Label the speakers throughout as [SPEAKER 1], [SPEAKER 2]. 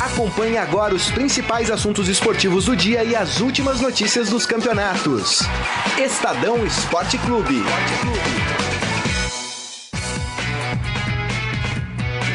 [SPEAKER 1] Acompanhe agora os principais assuntos esportivos do dia e as últimas notícias dos campeonatos. Estadão Esporte Clube.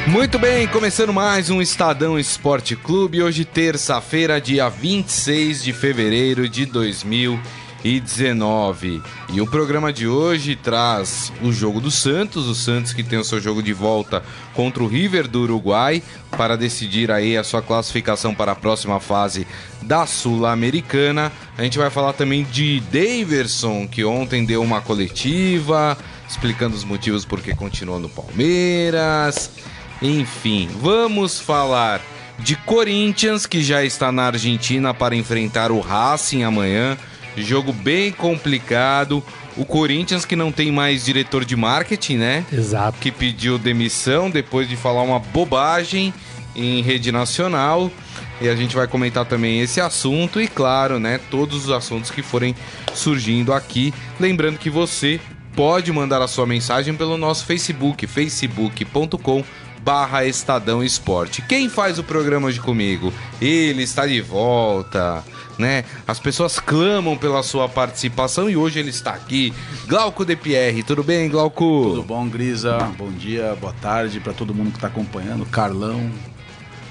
[SPEAKER 2] Muito bem, começando mais um Estadão Esporte Clube, hoje terça-feira, dia 26 de fevereiro de 2019. E o programa de hoje traz o jogo do Santos, o Santos que tem o seu jogo de volta contra o River do Uruguai para decidir aí a sua classificação para a próxima fase da Sul-Americana. A gente vai falar também de Daverson, que ontem deu uma coletiva explicando os motivos por que continua no Palmeiras. Enfim, vamos falar de Corinthians, que já está na Argentina para enfrentar o Racing amanhã. Jogo bem complicado. O Corinthians que não tem mais diretor de marketing, né?
[SPEAKER 3] Exato.
[SPEAKER 2] que pediu demissão depois de falar uma bobagem em rede nacional. E a gente vai comentar também esse assunto e, claro, né, todos os assuntos que forem surgindo aqui. Lembrando que você pode mandar a sua mensagem pelo nosso Facebook, facebook.com barra Estadão Esporte. Quem faz o programa hoje comigo? Ele está de volta, né? As pessoas clamam pela sua participação e hoje ele está aqui. Glauco De Pierre, tudo bem, Glauco?
[SPEAKER 4] Tudo bom, Grisa? Bom dia, boa tarde para todo mundo que tá acompanhando. Carlão,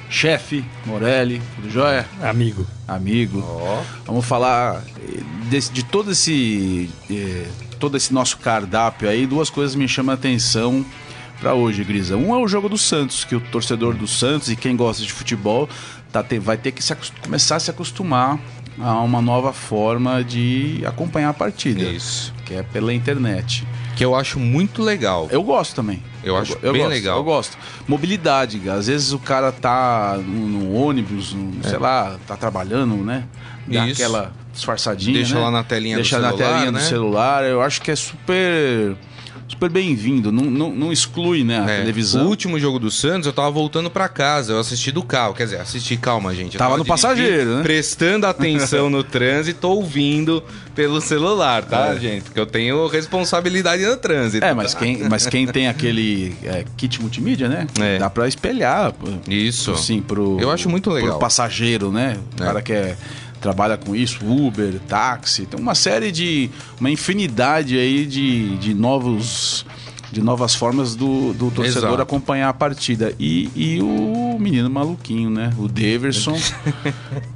[SPEAKER 4] chefe, Morelli, tudo jóia?
[SPEAKER 3] Amigo.
[SPEAKER 4] Amigo. Vamos falar eh, desse- de, todo esse eh, todo esse nosso cardápio aí. Duas coisas me chamam a atenção para hoje, Grisa. Um é o jogo do Santos, que o torcedor do Santos e quem gosta de futebol tá te- vai ter que se acos- começar a se acostumar a uma nova forma de acompanhar a partida,
[SPEAKER 2] Isso.
[SPEAKER 4] que é pela internet.
[SPEAKER 2] Que eu acho muito legal.
[SPEAKER 4] Eu gosto também.
[SPEAKER 2] Eu acho
[SPEAKER 4] go- eu
[SPEAKER 2] bem
[SPEAKER 4] gosto,
[SPEAKER 2] legal.
[SPEAKER 4] Eu gosto. Mobilidade, cara. às vezes o cara tá no, no ônibus, no- sei lá, tá trabalhando, né? Dá
[SPEAKER 2] É. Isso.
[SPEAKER 4] aquela disfarçadinha.
[SPEAKER 2] Deixa
[SPEAKER 4] né?
[SPEAKER 2] lá na telinha do
[SPEAKER 4] Deixa na
[SPEAKER 2] celular,
[SPEAKER 4] telinha
[SPEAKER 2] né?
[SPEAKER 4] do celular. Eu acho que é super. Super bem-vindo. Não, não, não exclui, né? A
[SPEAKER 2] É, O
[SPEAKER 4] televisão.
[SPEAKER 2] último jogo do Santos, eu tava voltando pra casa, eu assisti do carro, quer dizer, assisti, calma, gente. eu
[SPEAKER 4] Tava no passageiro, né?
[SPEAKER 2] Prestando atenção no trânsito, ouvindo pelo celular, tá, gente? Porque eu tenho responsabilidade no trânsito.
[SPEAKER 4] É, mas
[SPEAKER 2] tá?
[SPEAKER 4] quem, mas quem tem aquele é, kit multimídia, né?
[SPEAKER 2] É.
[SPEAKER 4] Dá pra espelhar. pô.
[SPEAKER 2] Isso.
[SPEAKER 4] Sim, pro.
[SPEAKER 2] Eu acho muito legal.
[SPEAKER 4] Pro passageiro, né? O
[SPEAKER 2] É.
[SPEAKER 4] cara que é- trabalha com isso, Uber, táxi. Tem uma série de. uma infinidade aí de, de novos. De novas formas do, do torcedor
[SPEAKER 2] Exato.
[SPEAKER 4] acompanhar a partida. E, e o menino maluquinho, né? O Deverson.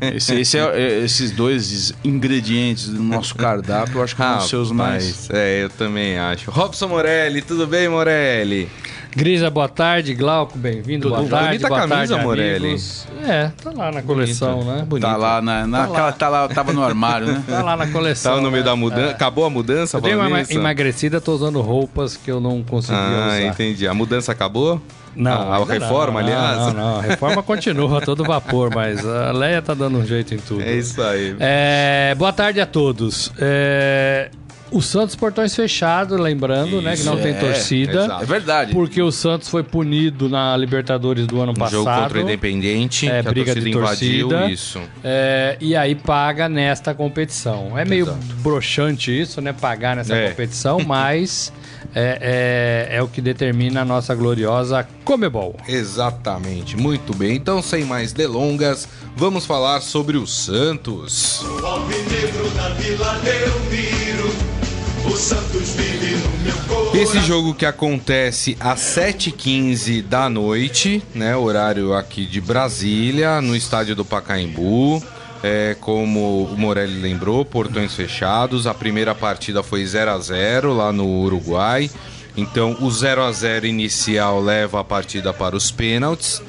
[SPEAKER 4] Esse- esse é- é- esses dois ingredientes do nosso cardápio, eu acho que são os seus mais.
[SPEAKER 2] Rapaz, É, eu também acho. Robson Morelli, tudo bem, Morelli?
[SPEAKER 3] Grisa, boa tarde. Glauco, bem-vindo.
[SPEAKER 2] Tudo
[SPEAKER 3] Boa
[SPEAKER 2] bom?
[SPEAKER 3] tarde.
[SPEAKER 2] Bonita
[SPEAKER 3] boa
[SPEAKER 2] camisa,
[SPEAKER 3] tarde,
[SPEAKER 2] Morelli.
[SPEAKER 3] amigos. É, tá lá na coleção, né?
[SPEAKER 2] Bonito.
[SPEAKER 4] Tá lá, na, na- aquela- tá lá, tava no armário, né?
[SPEAKER 3] Tá lá na coleção.
[SPEAKER 2] Tava no meio
[SPEAKER 3] né?
[SPEAKER 2] da mudança.
[SPEAKER 3] É.
[SPEAKER 2] Acabou a mudança?
[SPEAKER 3] Eu dei uma
[SPEAKER 2] falando
[SPEAKER 3] ema-
[SPEAKER 2] nisso?
[SPEAKER 3] emagrecida, tô usando roupas que eu não conseguia
[SPEAKER 2] Ah,
[SPEAKER 3] usar.
[SPEAKER 2] entendi. A mudança acabou? Ah, A, a
[SPEAKER 3] ainda
[SPEAKER 2] reforma,
[SPEAKER 3] não,
[SPEAKER 2] aliás?
[SPEAKER 3] Não, não, a reforma continua a todo vapor, mas a Leia tá dando um jeito em tudo.
[SPEAKER 2] É isso aí.
[SPEAKER 3] É, boa tarde a todos. É, o Santos portões fechados, lembrando, né, que não
[SPEAKER 2] Isso,
[SPEAKER 3] tem
[SPEAKER 4] é,
[SPEAKER 3] torcida.
[SPEAKER 2] exato.
[SPEAKER 4] É verdade.
[SPEAKER 3] Porque o Santos foi punido na Libertadores do ano
[SPEAKER 2] Um
[SPEAKER 3] passado.
[SPEAKER 2] jogo contra o Independente,
[SPEAKER 3] É,
[SPEAKER 2] que a
[SPEAKER 3] briga
[SPEAKER 2] torcida
[SPEAKER 3] de
[SPEAKER 2] invadiu,
[SPEAKER 3] torcida.
[SPEAKER 2] isso.
[SPEAKER 3] É, e aí paga nesta competição. É meio
[SPEAKER 2] Exato.
[SPEAKER 3] broxante isso, né? Pagar nessa
[SPEAKER 2] É.
[SPEAKER 3] competição, mas é, é- é o que determina a nossa gloriosa Comebol.
[SPEAKER 2] Exatamente, muito bem. Então, sem mais delongas, vamos falar sobre o Santos.
[SPEAKER 5] O alvinegro da vila eu viro. O Santos vive no meu corpo.
[SPEAKER 2] Esse jogo que acontece às 7h15 da noite, né? Horário aqui de Brasília, no estádio do Pacaembu. É, como o Morelli lembrou, portões fechados. A primeira partida foi 0 a 0 lá no Uruguai. Então, o 0 a 0 inicial leva a partida para os pênaltis.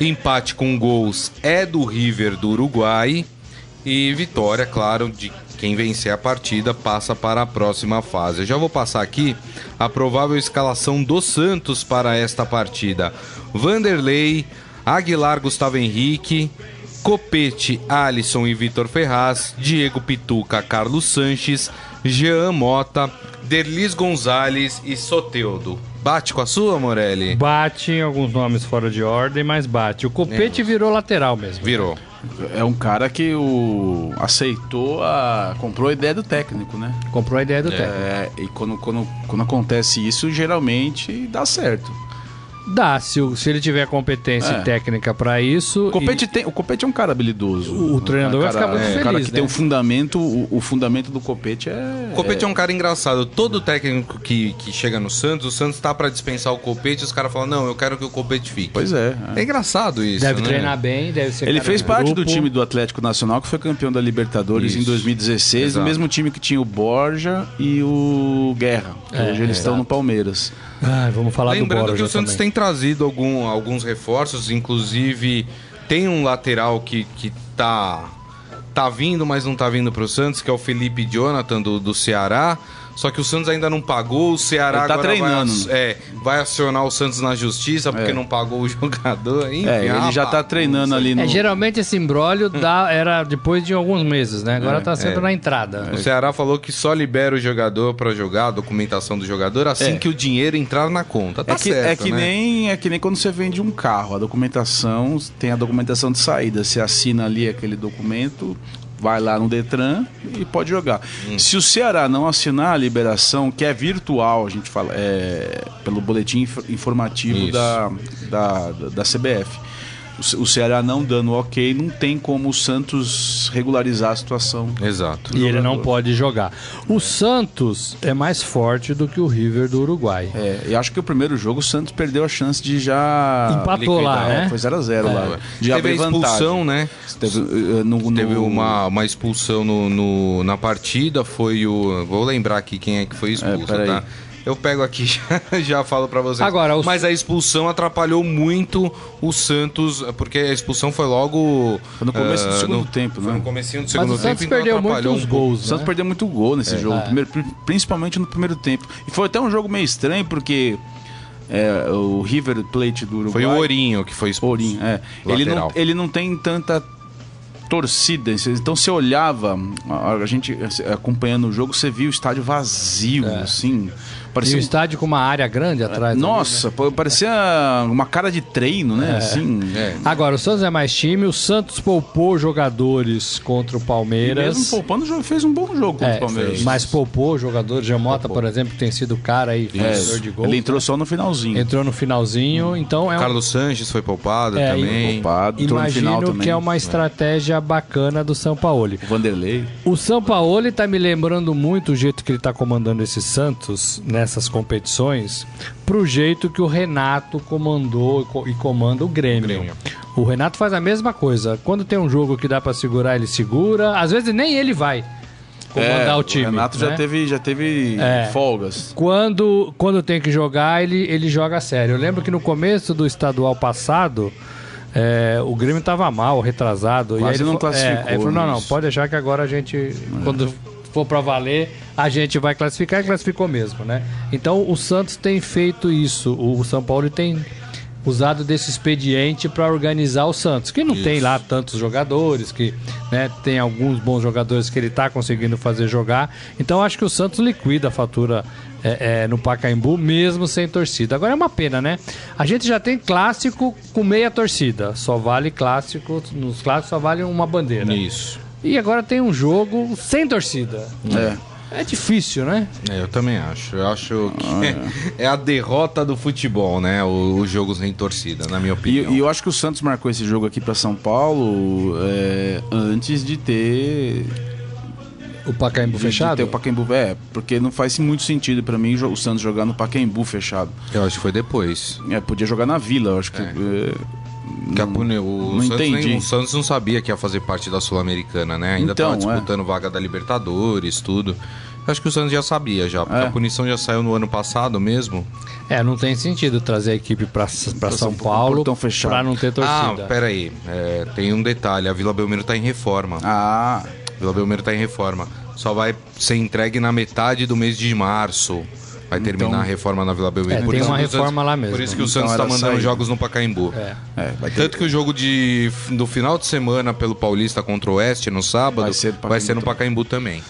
[SPEAKER 2] Empate com gols é do River do Uruguai. E vitória, claro, de quem vencer a partida passa para a próxima fase. Eu já vou passar aqui a provável escalação do Santos para esta partida: Vanderlei, Aguilar, Gustavo Henrique, Copete, Alisson e Vitor Ferraz, Diego Pituca, Carlos Sanches, Jean Mota, Derlis Gonzalez e Soteudo. Bate com a sua, Morelli?
[SPEAKER 3] Bate em alguns nomes fora de ordem, mas bate. O Copete
[SPEAKER 2] É.
[SPEAKER 3] virou lateral mesmo.
[SPEAKER 2] Virou.
[SPEAKER 4] É um cara que o aceitou a comprou a ideia do técnico, né?
[SPEAKER 3] Comprou a ideia do técnico.
[SPEAKER 4] É, e quando, quando, quando acontece isso, geralmente dá certo.
[SPEAKER 3] Dá, se, o- se ele tiver competência
[SPEAKER 4] É.
[SPEAKER 3] e técnica pra isso.
[SPEAKER 4] O Copete, tem, o Copete é um cara habilidoso.
[SPEAKER 3] O- o treinador
[SPEAKER 4] É um
[SPEAKER 3] vai ficar muito
[SPEAKER 4] é, um cara
[SPEAKER 3] feliz,
[SPEAKER 4] que
[SPEAKER 3] né?
[SPEAKER 4] tem um fundamento, o, o fundamento do Copete é...
[SPEAKER 2] O Copete é. um cara engraçado. Todo técnico que, que chega no Santos, o Santos tá pra dispensar o Copete e os caras falam, não, eu quero que o Copete fique.
[SPEAKER 4] Pois é. é.
[SPEAKER 2] é. engraçado
[SPEAKER 3] e
[SPEAKER 2] isso,
[SPEAKER 3] deve
[SPEAKER 2] né?
[SPEAKER 3] treinar bem, deve ser.
[SPEAKER 4] Ele
[SPEAKER 3] cara
[SPEAKER 4] fez
[SPEAKER 3] de
[SPEAKER 4] parte do
[SPEAKER 3] grupo.
[SPEAKER 4] time do Atlético Nacional, que foi campeão da Libertadores
[SPEAKER 2] Isso.
[SPEAKER 4] em 2016,
[SPEAKER 2] Exato.
[SPEAKER 4] o mesmo time que tinha o Borja e o Guerra.
[SPEAKER 3] É,
[SPEAKER 4] Hoje eles estão no Palmeiras.
[SPEAKER 3] Ai, vamos falar do
[SPEAKER 2] Lembrando
[SPEAKER 3] Borja
[SPEAKER 2] que o Santos
[SPEAKER 3] também.
[SPEAKER 2] tem trazido algum- alguns reforços, inclusive tem um lateral que, que tá, tá vindo, mas não tá vindo pro Santos, que é o Felipe Jonathan do, do Ceará. Só que o Santos ainda não pagou, o Ceará
[SPEAKER 4] Ele tá
[SPEAKER 2] agora
[SPEAKER 4] treinando.
[SPEAKER 2] Vai, ac- é, vai acionar o Santos na justiça porque
[SPEAKER 4] É.
[SPEAKER 2] não pagou o jogador. Enfim,
[SPEAKER 4] É, ele já tá
[SPEAKER 2] rapaz,
[SPEAKER 4] treinando ali no... Hum.
[SPEAKER 3] É, geralmente esse embrólio dá, era depois de alguns meses, né?
[SPEAKER 4] É,
[SPEAKER 3] Agora tá sendo na entrada.
[SPEAKER 2] O Ceará falou que só libera o jogador pra jogar, a documentação do jogador, assim
[SPEAKER 4] É.
[SPEAKER 2] que o dinheiro entrar na conta. Tá
[SPEAKER 4] é que,
[SPEAKER 2] certo,
[SPEAKER 4] é que
[SPEAKER 2] né?
[SPEAKER 4] nem é que nem quando você vende um carro, a documentação tem a documentação de saída, você assina ali aquele documento, vai lá no Detran e pode jogar.
[SPEAKER 2] Hum.
[SPEAKER 4] Se o Ceará não assinar a liberação, que é virtual, a gente fala, é, pelo boletim inf- informativo
[SPEAKER 2] Isso.
[SPEAKER 4] da, da, da, da CBF. O Ce- O Ceará não dando ok, não tem como o Santos regularizar a situação.
[SPEAKER 2] Exato.
[SPEAKER 3] E ele não pode jogar. O Santos é mais forte do que o River do Uruguai.
[SPEAKER 4] É, eu acho que o primeiro jogo o Santos perdeu a chance de já.
[SPEAKER 3] Empatou lá,
[SPEAKER 4] É,
[SPEAKER 3] né?
[SPEAKER 4] Foi 0x0 lá. De
[SPEAKER 2] Teve a
[SPEAKER 4] abrir vantagem.
[SPEAKER 2] expulsão, né?
[SPEAKER 4] Teve, eh, no- no-
[SPEAKER 2] Teve uma, uma expulsão no, no- na partida, foi o. Vou lembrar aqui quem é que foi expulso,
[SPEAKER 4] peraí.
[SPEAKER 2] tá? Eu pego aqui já, já falo pra vocês.
[SPEAKER 3] Agora, os-
[SPEAKER 2] Mas a expulsão atrapalhou muito o Santos, porque a expulsão foi logo.
[SPEAKER 4] Foi no começo do
[SPEAKER 2] ah,
[SPEAKER 4] segundo tempo,
[SPEAKER 2] Foi
[SPEAKER 4] né?
[SPEAKER 2] no comecinho do
[SPEAKER 3] Mas
[SPEAKER 2] segundo
[SPEAKER 3] o
[SPEAKER 2] tempo,
[SPEAKER 3] Santos
[SPEAKER 2] então
[SPEAKER 3] perdeu
[SPEAKER 2] atrapalhou
[SPEAKER 3] muitos
[SPEAKER 2] um pouco.
[SPEAKER 4] O
[SPEAKER 3] gols,
[SPEAKER 4] Santos
[SPEAKER 3] né?
[SPEAKER 4] perdeu muito gol nesse jogo,
[SPEAKER 3] Ah.
[SPEAKER 4] primeiro- pri- principalmente no primeiro tempo. E foi até um jogo meio estranho, porque eh, o River Plate do Uruguai.
[SPEAKER 2] Foi o Ourinho que foi expulso.
[SPEAKER 4] Ourinho, é. Ele não,
[SPEAKER 2] Lateral.
[SPEAKER 4] ele não tem tanta torcida. Então você olhava, a, a gente eh, acompanhando o jogo, você via o estádio vazio, assim.
[SPEAKER 3] É. E
[SPEAKER 4] Parecia
[SPEAKER 3] o
[SPEAKER 4] um
[SPEAKER 3] estádio né? com uma área grande atrás.
[SPEAKER 4] Nossa, pô, parecia uma cara de treino, né? Assim.
[SPEAKER 2] É.
[SPEAKER 3] Agora, o Santos é mais time, o Santos poupou jogadores contra o
[SPEAKER 4] E
[SPEAKER 3] Palmeiras.
[SPEAKER 4] mesmo poupando, já fez um bom jogo contra
[SPEAKER 3] É,
[SPEAKER 4] o Palmeiras.
[SPEAKER 3] mas poupou jogadores. Jamota, por exemplo, que tem sido o cara aí,
[SPEAKER 4] É,
[SPEAKER 3] fazedor de gol.
[SPEAKER 4] ele entrou só no finalzinho.
[SPEAKER 3] Entrou no finalzinho, então é um
[SPEAKER 2] Carlos Sanches foi poupado
[SPEAKER 3] É,
[SPEAKER 2] também.
[SPEAKER 4] Poupado, entrou no final
[SPEAKER 3] Imagino
[SPEAKER 4] também.
[SPEAKER 3] que é uma estratégia bacana do São Paulo.
[SPEAKER 4] O Vanderlei.
[SPEAKER 3] O São Paulo tá me lembrando muito o jeito que ele tá comandando esse Santos nessas competições, pro jeito que o Renato comandou e co- e comanda o Grêmio.
[SPEAKER 2] Grêmio.
[SPEAKER 3] O Renato faz a mesma coisa. Quando tem um jogo que dá pra segurar, ele segura. Às vezes nem ele vai comandar
[SPEAKER 4] É,
[SPEAKER 3] o time.
[SPEAKER 4] O Renato já
[SPEAKER 3] né?
[SPEAKER 4] teve, já teve
[SPEAKER 3] É.
[SPEAKER 4] folgas.
[SPEAKER 3] Quando, quando tem que jogar, ele, ele joga a sério. Eu lembro que no começo do estadual passado, é, o Grêmio estava mal, retrasado.
[SPEAKER 4] Quase
[SPEAKER 3] e aí ele
[SPEAKER 4] não
[SPEAKER 3] fa-
[SPEAKER 4] classificou,
[SPEAKER 3] É, ele falou, não, não,
[SPEAKER 4] isso.
[SPEAKER 3] pode deixar que agora a gente, quando for para valer, a gente vai classificar e classificou mesmo, né? Então o Santos tem feito isso, o São Paulo tem usado desse expediente para organizar o Santos, que não tem lá tantos jogadores, que né, tem alguns bons jogadores que ele está conseguindo fazer jogar. Então acho que o Santos liquida a fatura é, é, no Pacaembu, mesmo sem torcida. Agora é uma pena, né? A gente já tem clássico com meia torcida, só vale clássico, nos clássicos só vale uma bandeira.
[SPEAKER 2] Isso.
[SPEAKER 3] E agora tem um jogo sem torcida.
[SPEAKER 4] É.
[SPEAKER 3] É difícil, né?
[SPEAKER 2] É, eu também acho. Eu acho que é, a derrota do futebol, né? O- Os jogos sem torcida, na minha
[SPEAKER 4] E,
[SPEAKER 2] opinião.
[SPEAKER 4] e eu acho que o Santos marcou esse jogo aqui pra São Paulo é, antes de ter
[SPEAKER 3] O Pacaembu
[SPEAKER 4] De ter o Pacaembu é, porque não faz muito sentido pra mim jo- o Santos jogar no Pacaembu fechado.
[SPEAKER 2] Eu acho que foi depois.
[SPEAKER 4] É, podia jogar na Vila, eu acho que é,
[SPEAKER 2] Que a pune- o,
[SPEAKER 4] não
[SPEAKER 2] Santos nem-
[SPEAKER 4] entendi.
[SPEAKER 2] o Santos não sabia que ia fazer parte da Sul-Americana, né? Ainda
[SPEAKER 4] Então,
[SPEAKER 2] estava
[SPEAKER 4] é.
[SPEAKER 2] disputando vaga da Libertadores, tudo. Eu acho que o Santos já sabia já, porque
[SPEAKER 4] É.
[SPEAKER 2] a punição já saiu no ano passado mesmo.
[SPEAKER 3] É, não tem sentido trazer a equipe pra pra São
[SPEAKER 4] São-
[SPEAKER 3] Paulo
[SPEAKER 4] portão fechado.
[SPEAKER 3] pra não ter
[SPEAKER 2] Ah,
[SPEAKER 3] torcida.
[SPEAKER 2] peraí. É, tem um detalhe, a Vila Belmiro tá em reforma.
[SPEAKER 4] Ah,
[SPEAKER 2] Vila Belmiro tá em reforma. Só vai ser entregue na metade do mês de março. Vai terminar a reforma na Vila Belmiro.
[SPEAKER 3] Então, É, tem
[SPEAKER 2] isso
[SPEAKER 3] uma
[SPEAKER 2] que o Santos-
[SPEAKER 3] reforma lá mesmo.
[SPEAKER 2] Por isso que o
[SPEAKER 4] Então
[SPEAKER 2] Santos
[SPEAKER 4] era
[SPEAKER 2] tá mandando
[SPEAKER 4] saída.
[SPEAKER 2] jogos no Pacaembu.
[SPEAKER 3] É.
[SPEAKER 4] é, vai ter.
[SPEAKER 2] Tanto que o jogo de, do final de semana pelo Paulista contra o Oeste no sábado
[SPEAKER 4] Vai ser no Pacaembu
[SPEAKER 2] no Pacaembu também.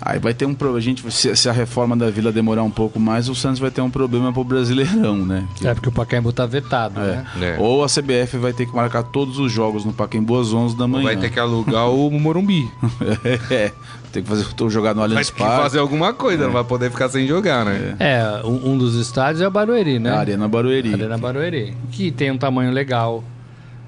[SPEAKER 4] Aí vai ter um problema. A gente, se, se a reforma da vila demorar um pouco mais, o Santos vai ter um problema pro Brasileirão, né?
[SPEAKER 3] É porque o Pacaembu tá vetado, né?
[SPEAKER 2] É.
[SPEAKER 4] Ou a CBF vai ter que marcar todos os jogos no Pacaembu às 11 da manhã.
[SPEAKER 2] Vai ter que alugar o Morumbi.
[SPEAKER 4] é, tem que fazer tô jogar no
[SPEAKER 2] Vai
[SPEAKER 4] Allianz
[SPEAKER 2] ter que
[SPEAKER 4] Parque,
[SPEAKER 2] fazer alguma coisa, não vai poder ficar sem jogar, né?
[SPEAKER 3] É, um, um dos estádios é o Barueri, né?
[SPEAKER 4] na Arena Barueri.
[SPEAKER 3] Arena Barueri. Que tem um tamanho legal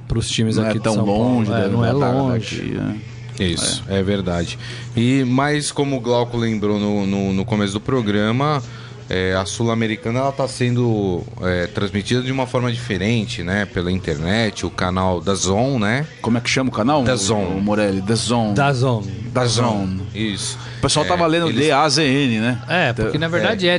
[SPEAKER 3] pros times
[SPEAKER 4] Não
[SPEAKER 3] aqui
[SPEAKER 4] é
[SPEAKER 3] de
[SPEAKER 4] tão
[SPEAKER 3] São Paulo.
[SPEAKER 4] longe,
[SPEAKER 3] É,
[SPEAKER 4] da-
[SPEAKER 3] não é
[SPEAKER 4] da-
[SPEAKER 3] longe.
[SPEAKER 4] daqui, né?
[SPEAKER 2] Isso, é, verdade. E mais como o Glauco lembrou no, no, no começo do programa, é, a Sul-Americana ela está sendo é, transmitida de uma forma diferente, né? Pela internet, o canal da Zon, né?
[SPEAKER 4] Como é que chama o canal?
[SPEAKER 2] The
[SPEAKER 4] o-
[SPEAKER 2] Zone.
[SPEAKER 4] O Morelli, The Zone.
[SPEAKER 3] Da Zone.
[SPEAKER 4] The Zone.
[SPEAKER 2] Isso. É,
[SPEAKER 4] O pessoal tava lendo
[SPEAKER 2] eles-
[SPEAKER 4] D-A-Z-N, né?
[SPEAKER 3] É, porque na verdade é,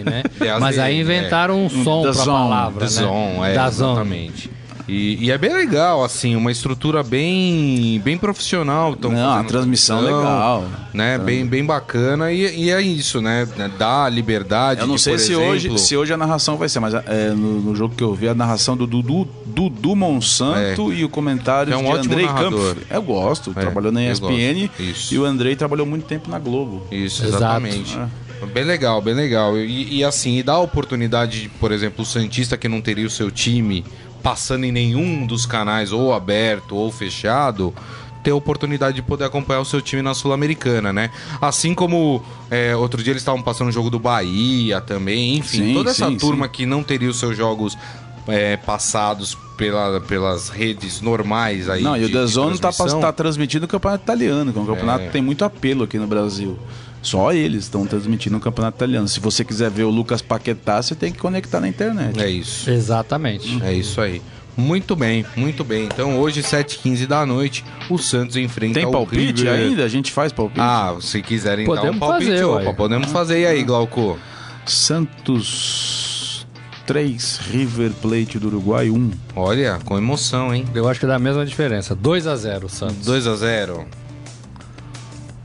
[SPEAKER 3] né?
[SPEAKER 2] D-A-Z-N,
[SPEAKER 3] Mas aí inventaram um som
[SPEAKER 4] é. Da
[SPEAKER 3] pra
[SPEAKER 4] Zone,
[SPEAKER 3] palavra,
[SPEAKER 2] Da
[SPEAKER 3] né?
[SPEAKER 2] Zon, é,
[SPEAKER 3] Da Zone.
[SPEAKER 2] exatamente. E, e é bem legal, assim, uma estrutura bem, bem profissional. tão
[SPEAKER 4] Não,
[SPEAKER 2] fazendo
[SPEAKER 4] a transmissão legal. Então
[SPEAKER 2] Né, bem, bem bacana e, e é isso, né? Dá liberdade.
[SPEAKER 4] Eu não
[SPEAKER 2] de,
[SPEAKER 4] sei
[SPEAKER 2] por
[SPEAKER 4] se,
[SPEAKER 2] exemplo,
[SPEAKER 4] hoje, se hoje a narração vai ser, mas é, no, no jogo que eu vi, a narração do Dudu, Dudu Monsanto e o comentário
[SPEAKER 2] É um
[SPEAKER 4] de
[SPEAKER 2] ótimo
[SPEAKER 4] Andrei
[SPEAKER 2] narrador.
[SPEAKER 4] Campos. Eu gosto,
[SPEAKER 2] É,
[SPEAKER 4] trabalhou na
[SPEAKER 2] eu
[SPEAKER 4] ESPN
[SPEAKER 2] gosto. Isso.
[SPEAKER 4] e o Andrei trabalhou muito tempo na Globo.
[SPEAKER 2] Isso,
[SPEAKER 3] Exato.
[SPEAKER 2] exatamente.
[SPEAKER 4] Ah.
[SPEAKER 2] Bem legal, bem legal. E, e assim, e dá a oportunidade, de, por exemplo, o Santista que não teria o seu time passando em nenhum dos canais, ou aberto ou fechado, ter a oportunidade de poder acompanhar o seu time na Sul-Americana, né? Assim como é, outro dia eles estavam passando o jogo do Bahia também, enfim,
[SPEAKER 4] Sim,
[SPEAKER 2] toda essa
[SPEAKER 4] sim,
[SPEAKER 2] turma que não teria os seus jogos é, passados pela- pelas redes normais aí.
[SPEAKER 4] não, e o
[SPEAKER 2] de- de
[SPEAKER 4] The Zone tá,
[SPEAKER 2] transmissão.
[SPEAKER 4] tá transmitindo o campeonato italiano, que é um campeonato que tem muito apelo aqui no Brasil. Só eles estão transmitindo o campeonato italiano. Se você quiser ver o Lucas Paquetá, você tem que conectar na internet.
[SPEAKER 2] É isso.
[SPEAKER 3] Exatamente.
[SPEAKER 2] É isso aí. Muito bem, muito bem. Então hoje, 7h15 da noite, o Santos enfrenta
[SPEAKER 4] Tem
[SPEAKER 2] o
[SPEAKER 4] palpite
[SPEAKER 2] River.
[SPEAKER 4] ainda? A gente faz palpite?
[SPEAKER 2] tá é. Ah, se quiserem dar um
[SPEAKER 3] Podemos
[SPEAKER 2] palpite,
[SPEAKER 3] fazer,
[SPEAKER 2] opa,
[SPEAKER 3] uai.
[SPEAKER 2] podemos fazer. E aí, Glauco?
[SPEAKER 4] Santos 3, River Plate do Uruguai 1.
[SPEAKER 2] Olha, com emoção, hein?
[SPEAKER 3] Eu acho que dá a mesma diferença. 2 a 0 Santos.
[SPEAKER 2] 2x0.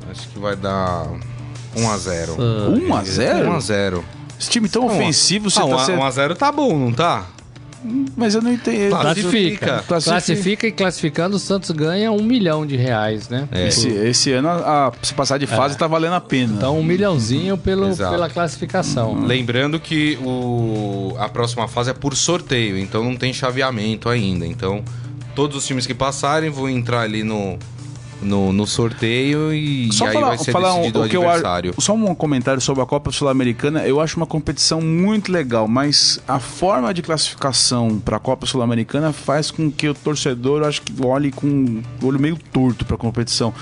[SPEAKER 2] Acho que vai dar 1x0.
[SPEAKER 4] 1x0?
[SPEAKER 2] 1x0.
[SPEAKER 4] Esse time tão ofensivo, você
[SPEAKER 2] é. ah,
[SPEAKER 4] tá sendo.
[SPEAKER 2] 1x0 tá bom, não tá?
[SPEAKER 4] Mas eu não entendi.
[SPEAKER 2] Tá.
[SPEAKER 3] Classifica.
[SPEAKER 2] Classifica.
[SPEAKER 3] classifica. e classificando, o Santos ganha um milhão de reais, né?
[SPEAKER 2] É.
[SPEAKER 4] Esse, esse ano, a, a- se passar de fase, tá valendo a pena.
[SPEAKER 3] Então um milhãozinho pelo,
[SPEAKER 2] Exato.
[SPEAKER 3] pela classificação.
[SPEAKER 2] Lembrando que o, a próxima fase é por sorteio, então não tem chaveamento ainda. Então, todos os times que passarem vão entrar ali no, no, no sorteio e,
[SPEAKER 4] só
[SPEAKER 2] e aí
[SPEAKER 4] falar,
[SPEAKER 2] vai ser
[SPEAKER 4] falar um,
[SPEAKER 2] decidido o
[SPEAKER 4] o que eu acho.
[SPEAKER 2] adversário.
[SPEAKER 4] Só um comentário sobre a Copa Sul-Americana. Eu acho uma competição muito legal, mas a forma de classificação para a Copa Sul-Americana faz com que o torcedor, eu acho que olhe com o olho meio torto para a competição,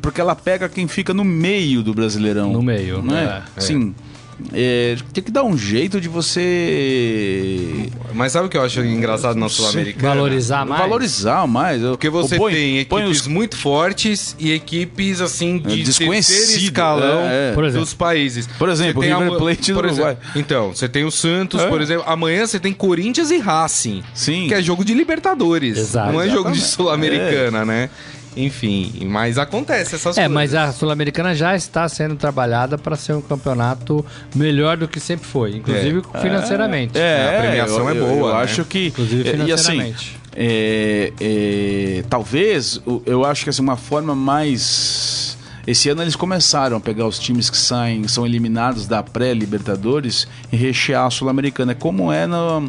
[SPEAKER 4] porque ela pega quem fica no meio do Brasileirão.
[SPEAKER 3] No meio,
[SPEAKER 4] né?
[SPEAKER 3] é.
[SPEAKER 4] Sim. É, tem que dar um jeito de você
[SPEAKER 2] Mas sabe o que eu acho engraçado na Sul-Americana?
[SPEAKER 3] Valorizar Tá mais.
[SPEAKER 4] valorizar mais.
[SPEAKER 2] Porque você
[SPEAKER 4] põe,
[SPEAKER 2] tem
[SPEAKER 4] põe
[SPEAKER 2] equipes
[SPEAKER 4] os
[SPEAKER 2] muito fortes e equipes assim de terceiro
[SPEAKER 4] Desconhecido,
[SPEAKER 2] escalão
[SPEAKER 4] é, é.
[SPEAKER 3] Por exemplo.
[SPEAKER 2] dos países.
[SPEAKER 4] Por exemplo,
[SPEAKER 2] Você tem
[SPEAKER 4] River
[SPEAKER 2] a-
[SPEAKER 4] Plate do
[SPEAKER 2] por exemplo-
[SPEAKER 4] Uruguai.
[SPEAKER 2] Então, você tem o Santos,
[SPEAKER 4] É.
[SPEAKER 2] por exemplo. Amanhã você tem Corinthians e Racing.
[SPEAKER 4] Sim.
[SPEAKER 2] Que é jogo de Libertadores.
[SPEAKER 3] Exato.
[SPEAKER 2] Não é jogo de
[SPEAKER 4] Exatamente. É.
[SPEAKER 2] Sul-Americana, né? Enfim, mas acontece essas
[SPEAKER 3] É,
[SPEAKER 2] coisas.
[SPEAKER 3] mas a Sul-Americana já está sendo trabalhada para ser um campeonato melhor do que sempre foi, inclusive financeiramente.
[SPEAKER 2] A premiação é
[SPEAKER 4] eu-
[SPEAKER 2] boa,
[SPEAKER 4] Eu
[SPEAKER 2] né?
[SPEAKER 4] acho que.
[SPEAKER 3] Inclusive
[SPEAKER 4] e- e assim,
[SPEAKER 3] financeiramente.
[SPEAKER 4] é, é, talvez, o- eu acho que assim, uma forma mais. Esse ano eles começaram a pegar os times que saem, são eliminados da pré-Libertadores e rechear a Sul-Americana, como é na,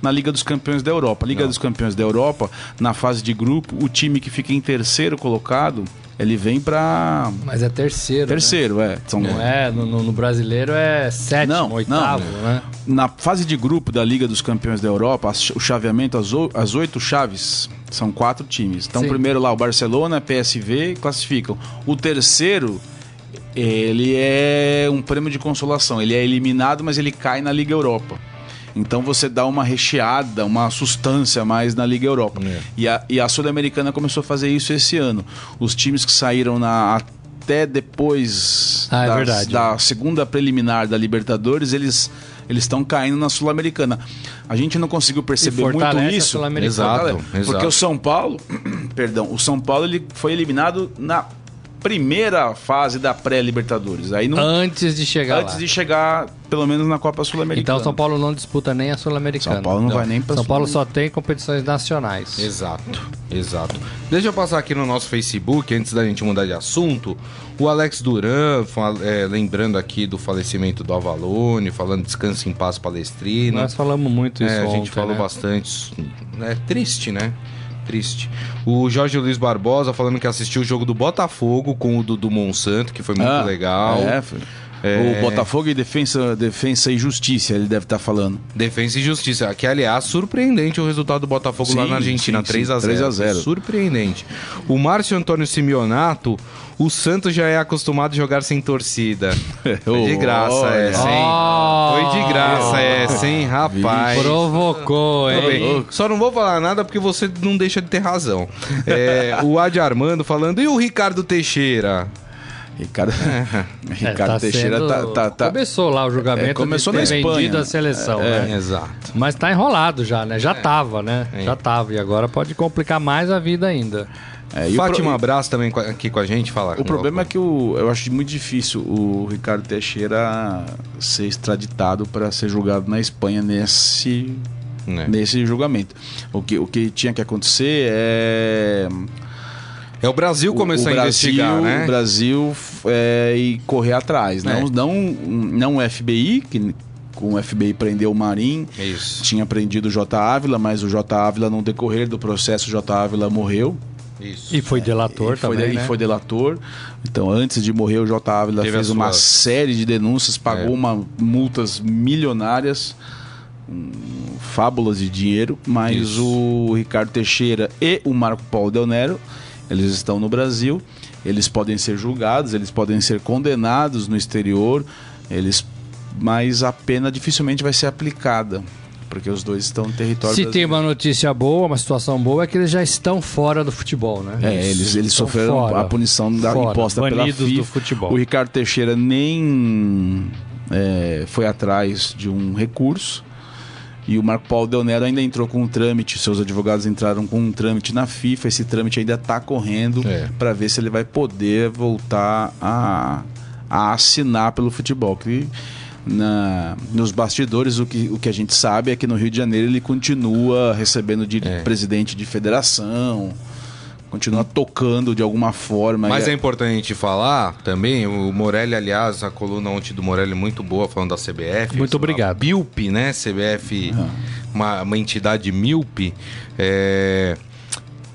[SPEAKER 4] na Liga dos Campeões da Europa. A Liga dos Campeões da Europa, na fase de grupo, o time que fica em terceiro colocado, ele vem para
[SPEAKER 3] Mas é terceiro. né?
[SPEAKER 4] terceiro, é. São,
[SPEAKER 3] Não é, no, no- no brasileiro é sétimo,
[SPEAKER 4] Não,
[SPEAKER 3] oitavo,
[SPEAKER 4] não.
[SPEAKER 3] né?
[SPEAKER 4] Na fase de grupo da Liga dos Campeões da Europa, as- o chaveamento, as, o- as oito chaves, são quatro times. Então,
[SPEAKER 3] Sim.
[SPEAKER 4] primeiro lá o Barcelona, PSV, classificam. O terceiro, ele é um prêmio de consolação. Ele é eliminado, mas ele cai na Liga Europa. Então você dá uma recheada, uma sustância a mais na Liga Europa. E a, e a Sul-Americana começou a fazer isso esse ano. Os times que saíram na- até depois
[SPEAKER 3] Ah, é
[SPEAKER 4] das-
[SPEAKER 3] verdade.
[SPEAKER 4] da a segunda preliminar da Libertadores, eles eles estão caindo na Sul-Americana. A gente não conseguiu perceber muito
[SPEAKER 3] fortalece a
[SPEAKER 4] isso.
[SPEAKER 3] Sul-Americana.
[SPEAKER 2] Exato,
[SPEAKER 4] Porque
[SPEAKER 2] exato.
[SPEAKER 4] o São Paulo, perdão, o São Paulo ele foi eliminado na primeira fase da pré-Libertadores. Aí não
[SPEAKER 3] Antes de chegar
[SPEAKER 4] antes
[SPEAKER 3] Ah, lá.
[SPEAKER 4] de chegar pelo menos na Copa Sul-Americana.
[SPEAKER 3] Então São Paulo não disputa nem a Sul-Americana.
[SPEAKER 4] São Paulo não vai nem pra
[SPEAKER 3] São Paulo só tem competições nacionais.
[SPEAKER 2] Exato, exato. Deixa eu passar aqui no nosso Facebook, antes da gente mudar de assunto. O Alex Duran, fa- é, lembrando aqui do falecimento do Avalone, falando descanse em paz palestrina.
[SPEAKER 3] Nós falamos muito isso
[SPEAKER 2] É, a gente
[SPEAKER 3] ontem,
[SPEAKER 2] falou
[SPEAKER 3] né?
[SPEAKER 2] bastante. É triste, né? Triste. O Jorge Luiz Barbosa falando que assistiu o jogo do Botafogo com o Dudu Monsanto, que foi muito
[SPEAKER 4] Ah,
[SPEAKER 2] legal.
[SPEAKER 4] é, foi. O Botafogo e Defensa, Defensa e Justiça, ele deve estar falando.
[SPEAKER 2] Defesa e Justiça, que aliás, surpreendente o resultado do Botafogo lá
[SPEAKER 4] Sim,
[SPEAKER 2] na Argentina,
[SPEAKER 4] sim, sim,
[SPEAKER 2] 3 a 0
[SPEAKER 4] 3 a 0.
[SPEAKER 2] Surpreendente. O Márcio Antônio Simeonato, o Santos já é acostumado a jogar sem torcida. Foi de graça
[SPEAKER 4] Olha.
[SPEAKER 2] essa, hein?
[SPEAKER 3] Oh!
[SPEAKER 2] Foi de graça essa, hein, rapaz?
[SPEAKER 3] Provocou,
[SPEAKER 4] tá
[SPEAKER 2] Tudo bem.
[SPEAKER 3] hein?
[SPEAKER 2] Só não vou falar nada porque você não deixa de ter razão. É, o Adi Armando falando, e o Ricardo Teixeira?
[SPEAKER 4] Ricardo,
[SPEAKER 3] É,
[SPEAKER 4] Ricardo
[SPEAKER 3] tá
[SPEAKER 4] Teixeira
[SPEAKER 3] sendo-
[SPEAKER 4] tá, tá, tá-
[SPEAKER 3] Começou lá o julgamento.
[SPEAKER 4] É, começou
[SPEAKER 3] de ter
[SPEAKER 4] na Espanha. É,
[SPEAKER 3] vendido a seleção, né?
[SPEAKER 2] É, Exato.
[SPEAKER 3] Mas tá enrolado já, né? Já tava, né?
[SPEAKER 2] É.
[SPEAKER 3] Já tava. E agora pode complicar mais a vida ainda.
[SPEAKER 4] é, e o
[SPEAKER 2] Fátima
[SPEAKER 4] pro-
[SPEAKER 2] Abraço também co- aqui com a gente. Fala um
[SPEAKER 4] O problema é que o, eu acho muito difícil o Ricardo Teixeira ser extraditado para ser julgado na Espanha nesse,
[SPEAKER 2] É.
[SPEAKER 4] nesse julgamento. O que, o que tinha que acontecer é.
[SPEAKER 2] É o Brasil começou
[SPEAKER 4] o
[SPEAKER 2] a
[SPEAKER 4] Brasil-
[SPEAKER 2] investigar, né?
[SPEAKER 4] O Brasil f- é, e correr atrás. né? Não,
[SPEAKER 2] É.
[SPEAKER 4] não, não o FBI, que com o FBI prendeu o Marim.
[SPEAKER 2] É Isso,
[SPEAKER 4] Tinha prendido o J. Ávila, mas o J. Ávila, no decorrer do processo, o J. Ávila morreu.
[SPEAKER 2] isso.
[SPEAKER 3] E foi delator
[SPEAKER 4] Ele foi,
[SPEAKER 3] também,
[SPEAKER 4] ele
[SPEAKER 3] né?
[SPEAKER 4] foi delator. Então, antes de morrer, o J. Ávila
[SPEAKER 2] Teve
[SPEAKER 4] fez
[SPEAKER 2] a sua-
[SPEAKER 4] uma série de denúncias, pagou
[SPEAKER 2] É.
[SPEAKER 4] uma multas milionárias, hum, fábulas de dinheiro, mas
[SPEAKER 2] Isso.
[SPEAKER 4] o Ricardo Teixeira e o Marco Paulo Del Nero, eles estão no Brasil, eles podem ser julgados, eles podem ser condenados no exterior, eles mas a pena dificilmente vai ser aplicada, porque os dois estão no território
[SPEAKER 3] Se tem
[SPEAKER 4] brasileiro.
[SPEAKER 3] uma notícia boa, uma situação boa, é que eles já estão fora do futebol, né?
[SPEAKER 4] É, eles, eles
[SPEAKER 3] Estão
[SPEAKER 4] sofreram
[SPEAKER 3] fora.
[SPEAKER 4] a punição da
[SPEAKER 3] Fora.
[SPEAKER 4] imposta pela
[SPEAKER 3] Banidos
[SPEAKER 4] FIFA.
[SPEAKER 3] do futebol.
[SPEAKER 4] O Ricardo Teixeira nem é, foi atrás de um recurso. E o Marco Paulo Del Nero ainda entrou com um trâmite, seus advogados entraram com um trâmite na FIFA. Esse trâmite ainda está correndo
[SPEAKER 2] É.
[SPEAKER 4] para ver se ele vai poder voltar a, a assinar pelo futebol. Que na- nos bastidores, o que, o que a gente sabe é que no Rio de Janeiro ele continua recebendo de
[SPEAKER 2] É.
[SPEAKER 4] presidente de federação, continua tocando de alguma forma.
[SPEAKER 2] Mas
[SPEAKER 4] E-
[SPEAKER 2] é importante falar também, o Morelli, aliás, a coluna ontem do Morelli muito boa, falando da CBF.
[SPEAKER 3] Muito
[SPEAKER 2] a
[SPEAKER 3] obrigado.
[SPEAKER 2] BILP, né? CBF, uma, uma entidade MILP, é,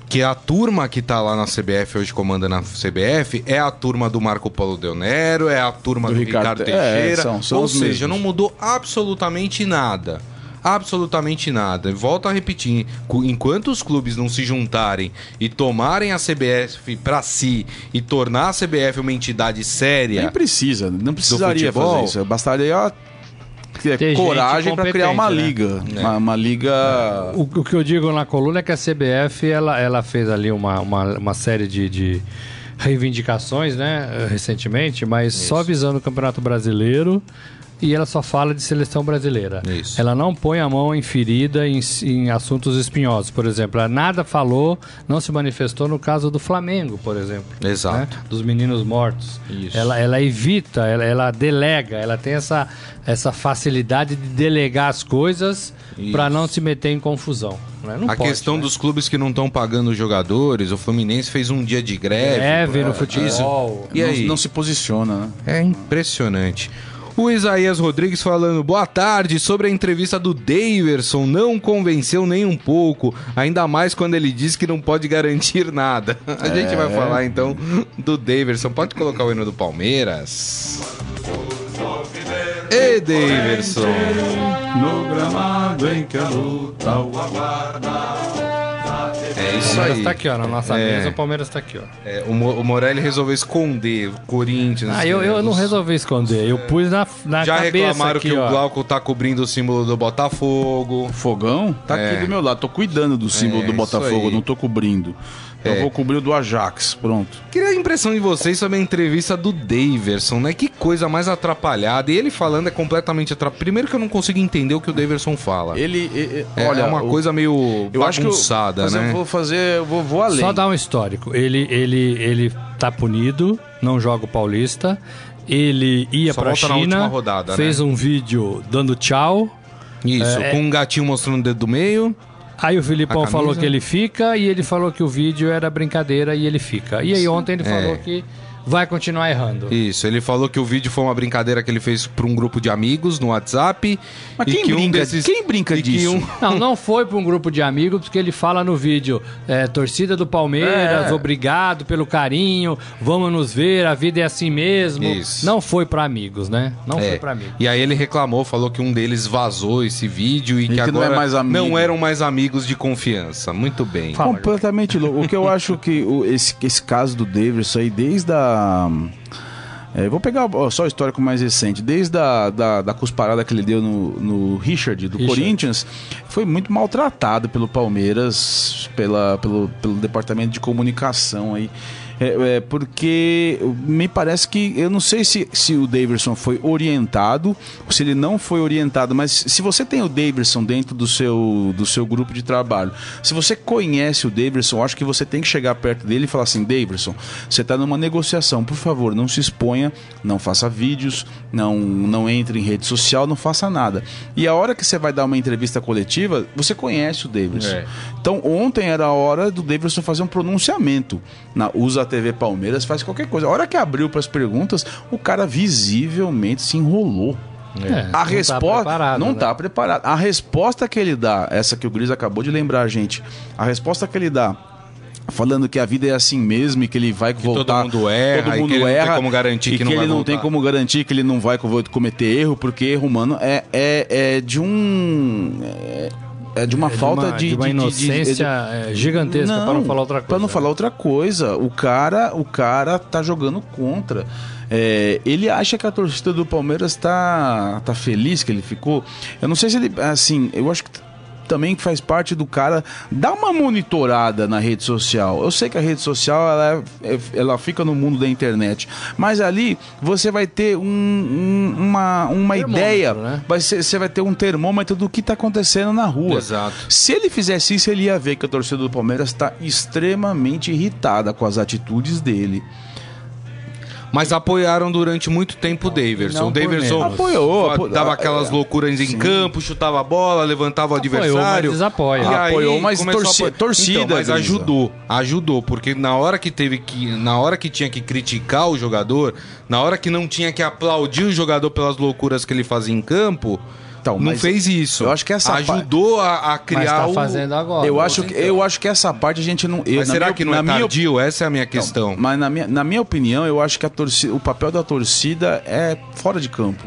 [SPEAKER 2] que a turma que tá lá na CBF, hoje comanda na CBF, é a turma do Marco Paulo Del Nero, é a turma do,
[SPEAKER 4] Do
[SPEAKER 2] Ricardo,
[SPEAKER 4] Ricardo- é,
[SPEAKER 2] Teixeira.
[SPEAKER 4] são- são
[SPEAKER 2] ou
[SPEAKER 4] os
[SPEAKER 2] seja,
[SPEAKER 4] mesmos.
[SPEAKER 2] não mudou absolutamente nada. Absolutamente nada. Volto a repetir: cu- enquanto os clubes não se juntarem e tomarem a CBF pra si e tornar a CBF uma entidade
[SPEAKER 4] Nem
[SPEAKER 2] séria,
[SPEAKER 4] precisa, não precisaria
[SPEAKER 2] futebol?
[SPEAKER 4] fazer isso. Bastaria ó, ter
[SPEAKER 3] Ter gente
[SPEAKER 4] coragem para criar uma
[SPEAKER 3] competente, né?
[SPEAKER 4] liga.
[SPEAKER 2] É.
[SPEAKER 4] Uma, uma liga.
[SPEAKER 3] O, o que eu digo na coluna é que a CBF ela, ela fez ali uma, uma, uma série de, de reivindicações, né, eh, recentemente, mas só visando o Campeonato Brasileiro e ela só fala de seleção brasileira.
[SPEAKER 2] Isso.
[SPEAKER 3] Ela não põe a mão em ferida em, em assuntos espinhosos, por exemplo. Ela nada falou, não se manifestou no caso do Flamengo, por exemplo.
[SPEAKER 2] Exato.
[SPEAKER 3] né, Dos meninos mortos.
[SPEAKER 2] Isso.
[SPEAKER 3] Ela, ela evita, ela, ela delega, ela tem essa, essa facilidade de delegar as coisas para não se meter em confusão. né? Não
[SPEAKER 2] a
[SPEAKER 3] pode,
[SPEAKER 2] questão
[SPEAKER 3] né?
[SPEAKER 2] dos clubes que não estão pagando os jogadores, o Fluminense fez um dia de greve.
[SPEAKER 3] greve É, no
[SPEAKER 2] né? Isso.
[SPEAKER 3] futebol.
[SPEAKER 2] E
[SPEAKER 4] É, não,
[SPEAKER 2] aí?
[SPEAKER 4] não se posiciona, né?
[SPEAKER 2] É impressionante. O Isaías Rodrigues falando, boa tarde, sobre a entrevista do Daverson, não convenceu nem um pouco, ainda mais quando ele diz que não pode garantir nada. A gente
[SPEAKER 3] É.
[SPEAKER 2] vai falar então do Daverson. Pode colocar o hino do Palmeiras? Ê, Daverson!
[SPEAKER 5] No gramado em que a luta o aguarda.
[SPEAKER 2] É
[SPEAKER 3] O
[SPEAKER 2] isso
[SPEAKER 3] Palmeiras
[SPEAKER 2] aí.
[SPEAKER 3] tá aqui, ó, na nossa
[SPEAKER 2] É.
[SPEAKER 3] mesa, o Palmeiras tá aqui, ó.
[SPEAKER 2] É, o, Mo- o Morelli resolveu esconder o Corinthians. né?
[SPEAKER 3] Ah, eu, eu
[SPEAKER 2] os-
[SPEAKER 3] não resolvi esconder, eu pus na, na
[SPEAKER 2] Já
[SPEAKER 3] cabeça
[SPEAKER 2] reclamaram
[SPEAKER 3] aqui,
[SPEAKER 2] que
[SPEAKER 3] ó.
[SPEAKER 2] o Glauco tá cobrindo o símbolo do Botafogo.
[SPEAKER 4] Fogão tá
[SPEAKER 2] É.
[SPEAKER 4] aqui do meu lado. Tô cuidando do símbolo
[SPEAKER 2] É,
[SPEAKER 4] do
[SPEAKER 2] isso
[SPEAKER 4] Botafogo,
[SPEAKER 2] aí.
[SPEAKER 4] não tô cobrindo.
[SPEAKER 2] É.
[SPEAKER 4] Eu vou cobrir o do Ajax, pronto.
[SPEAKER 2] Queria a impressão de vocês sobre a entrevista do Daverson, né? Que coisa mais atrapalhada. E ele falando é completamente atrapalhado. Primeiro que eu não consigo entender o que o Daverson fala.
[SPEAKER 4] Ele, e- e-
[SPEAKER 2] É,
[SPEAKER 4] olha,
[SPEAKER 2] é uma
[SPEAKER 4] o-
[SPEAKER 2] coisa meio
[SPEAKER 4] eu acho que eu,
[SPEAKER 2] bagunçada,
[SPEAKER 4] mas
[SPEAKER 2] né?
[SPEAKER 4] eu vou fazer, eu vou, vou além.
[SPEAKER 3] tá Só dar um histórico. Ele, ele, ele tá punido, não joga o Paulista. Ele ia
[SPEAKER 2] Só
[SPEAKER 3] para a
[SPEAKER 2] volta na última
[SPEAKER 3] China,
[SPEAKER 2] rodada, né?
[SPEAKER 3] fez um vídeo dando tchau.
[SPEAKER 2] Isso,
[SPEAKER 4] É.
[SPEAKER 2] com um gatinho mostrando o dedo do meio.
[SPEAKER 3] Aí o Filipão
[SPEAKER 2] A
[SPEAKER 3] falou
[SPEAKER 2] camisa?
[SPEAKER 3] que ele fica e ele falou que o vídeo era brincadeira e ele fica. E aí ontem ele
[SPEAKER 2] É.
[SPEAKER 3] falou que vai continuar errando.
[SPEAKER 2] Isso, ele falou que o vídeo foi uma brincadeira que ele fez pra um grupo de amigos no WhatsApp.
[SPEAKER 4] Mas
[SPEAKER 2] e
[SPEAKER 4] quem
[SPEAKER 2] que um
[SPEAKER 4] brinca-
[SPEAKER 2] desses-
[SPEAKER 4] quem brinca
[SPEAKER 2] e que
[SPEAKER 4] disso?
[SPEAKER 2] um-
[SPEAKER 3] Não, não foi para um grupo de amigos, porque ele fala no vídeo, é, torcida do Palmeiras,
[SPEAKER 4] É.
[SPEAKER 3] obrigado pelo carinho, vamos nos ver, a vida é assim mesmo.
[SPEAKER 2] Isso.
[SPEAKER 3] Não foi para amigos, né? Não
[SPEAKER 2] É.
[SPEAKER 3] foi para amigos.
[SPEAKER 2] E aí ele reclamou, falou que um deles vazou esse vídeo e, que,
[SPEAKER 4] não é
[SPEAKER 2] agora
[SPEAKER 4] mais amigo.
[SPEAKER 2] não eram mais amigos de confiança. Muito bem.
[SPEAKER 3] Fala,
[SPEAKER 4] Completamente louco. O que eu acho que o- esse, esse caso do Davis aí, desde a. é, vou pegar ó, só o histórico mais recente. Desde a da, da cusparada que ele deu no, no Richard, do
[SPEAKER 3] Richard.
[SPEAKER 4] Corinthians, foi muito maltratado pelo Palmeiras, pela, pelo, pelo departamento de comunicação aí. É, é, porque me parece que. Eu não sei se, se o Davidson foi orientado, ou se ele não foi orientado, mas se você tem o Davidson dentro do seu, do seu grupo de trabalho, se você conhece o Davidson, eu acho que você tem que chegar perto dele e falar assim: Davidson, você está numa negociação, por favor, não se exponha, não faça vídeos, não, não entre em rede social, não faça nada. E a hora que você vai dar uma entrevista coletiva, você conhece o Davidson.
[SPEAKER 2] É.
[SPEAKER 4] Então, ontem era a hora do Davidson fazer um pronunciamento. Na, usa a TV Palmeiras, faz qualquer coisa. A hora que abriu para as perguntas, o cara visivelmente se enrolou.
[SPEAKER 3] É,
[SPEAKER 4] A
[SPEAKER 3] não Tá
[SPEAKER 4] resposta
[SPEAKER 3] preparado,
[SPEAKER 4] não
[SPEAKER 3] né?
[SPEAKER 4] está preparado. A resposta que ele dá, essa que o Gris acabou de lembrar a gente, a resposta que ele dá falando que a vida é assim mesmo e que ele vai voltar
[SPEAKER 2] mundo erra
[SPEAKER 4] todo
[SPEAKER 2] e que
[SPEAKER 4] mundo
[SPEAKER 2] ele não tem
[SPEAKER 4] erra,
[SPEAKER 2] como garantir
[SPEAKER 4] e
[SPEAKER 2] que não
[SPEAKER 4] ele
[SPEAKER 2] vai
[SPEAKER 4] não tem
[SPEAKER 2] voltar.
[SPEAKER 4] como garantir que ele não vai co- cometer erro porque erro humano é é, é de um é, é de uma
[SPEAKER 3] É de
[SPEAKER 4] falta
[SPEAKER 3] uma-
[SPEAKER 4] de,
[SPEAKER 3] de uma
[SPEAKER 4] de- de- de-
[SPEAKER 3] inocência é, gigantesca, para não falar outra coisa.
[SPEAKER 4] pra não falar outra coisa. O cara, o cara tá jogando contra. É, ele acha que a torcida do Palmeiras tá, tá feliz que ele ficou. Eu não sei se ele. Assim, eu acho que t- também faz parte do cara dar uma monitorada na rede social. Eu sei que a rede social ela, é- ela fica no mundo da internet, mas ali você vai ter um- um- uma, uma
[SPEAKER 3] Termômetro,
[SPEAKER 4] ideia,
[SPEAKER 3] né?
[SPEAKER 4] vai ser- você vai ter um termômetro do que tá acontecendo na rua.
[SPEAKER 2] Exato.
[SPEAKER 4] Se ele fizesse isso, ele ia ver que a torcida do Palmeiras está extremamente irritada com as atitudes dele.
[SPEAKER 2] Mas apoiaram durante muito tempo o Daverson.
[SPEAKER 3] Não
[SPEAKER 2] o
[SPEAKER 3] por
[SPEAKER 2] Daverson
[SPEAKER 3] menos.
[SPEAKER 4] Apoiou, apo-
[SPEAKER 2] dava
[SPEAKER 4] ah,
[SPEAKER 2] aquelas
[SPEAKER 4] é.
[SPEAKER 2] loucuras em campo, chutava a bola, levantava o
[SPEAKER 3] Apoiou,
[SPEAKER 2] adversário.
[SPEAKER 3] mas desapoia.
[SPEAKER 2] E aí
[SPEAKER 4] Apoiou, mas
[SPEAKER 2] começou a
[SPEAKER 4] torci-
[SPEAKER 2] apoiar.
[SPEAKER 4] torcida,
[SPEAKER 2] Então, mas
[SPEAKER 4] Grisa.
[SPEAKER 2] ajudou, ajudou, porque na hora que teve que, na hora que tinha que criticar o jogador, na hora que não tinha que aplaudir o jogador pelas loucuras que ele fazia em campo,
[SPEAKER 4] Então,
[SPEAKER 2] não
[SPEAKER 4] mas
[SPEAKER 2] fez isso.
[SPEAKER 4] eu acho que essa pa-
[SPEAKER 2] ajudou a, a
[SPEAKER 3] Mas
[SPEAKER 2] criar
[SPEAKER 3] tá
[SPEAKER 2] o-
[SPEAKER 3] fazendo agora.
[SPEAKER 4] um- eu, acho que, eu acho que essa parte a gente não. Eu,
[SPEAKER 2] Mas
[SPEAKER 4] na
[SPEAKER 2] será
[SPEAKER 4] minha-
[SPEAKER 2] que não é
[SPEAKER 4] na minha
[SPEAKER 2] tardio? Essa é a minha questão.
[SPEAKER 4] Não, Então, mas na minha, na minha opinião, eu acho que a torcida, o papel da torcida é fora de campo.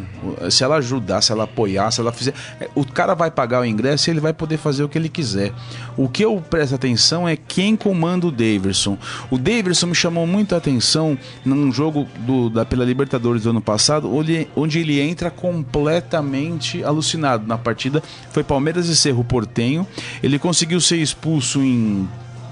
[SPEAKER 4] Se ela ajudar, se ela apoiar, se ela fizer. é, O cara vai pagar o ingresso e ele vai poder fazer o que ele quiser. O que eu presto atenção é quem comanda o Davidson. O Davidson me chamou muita atenção num jogo do- da, pela Libertadores do ano passado, onde, onde ele entra completamente alucinado na partida. Foi Palmeiras e Cerro Portenho. Ele conseguiu ser expulso em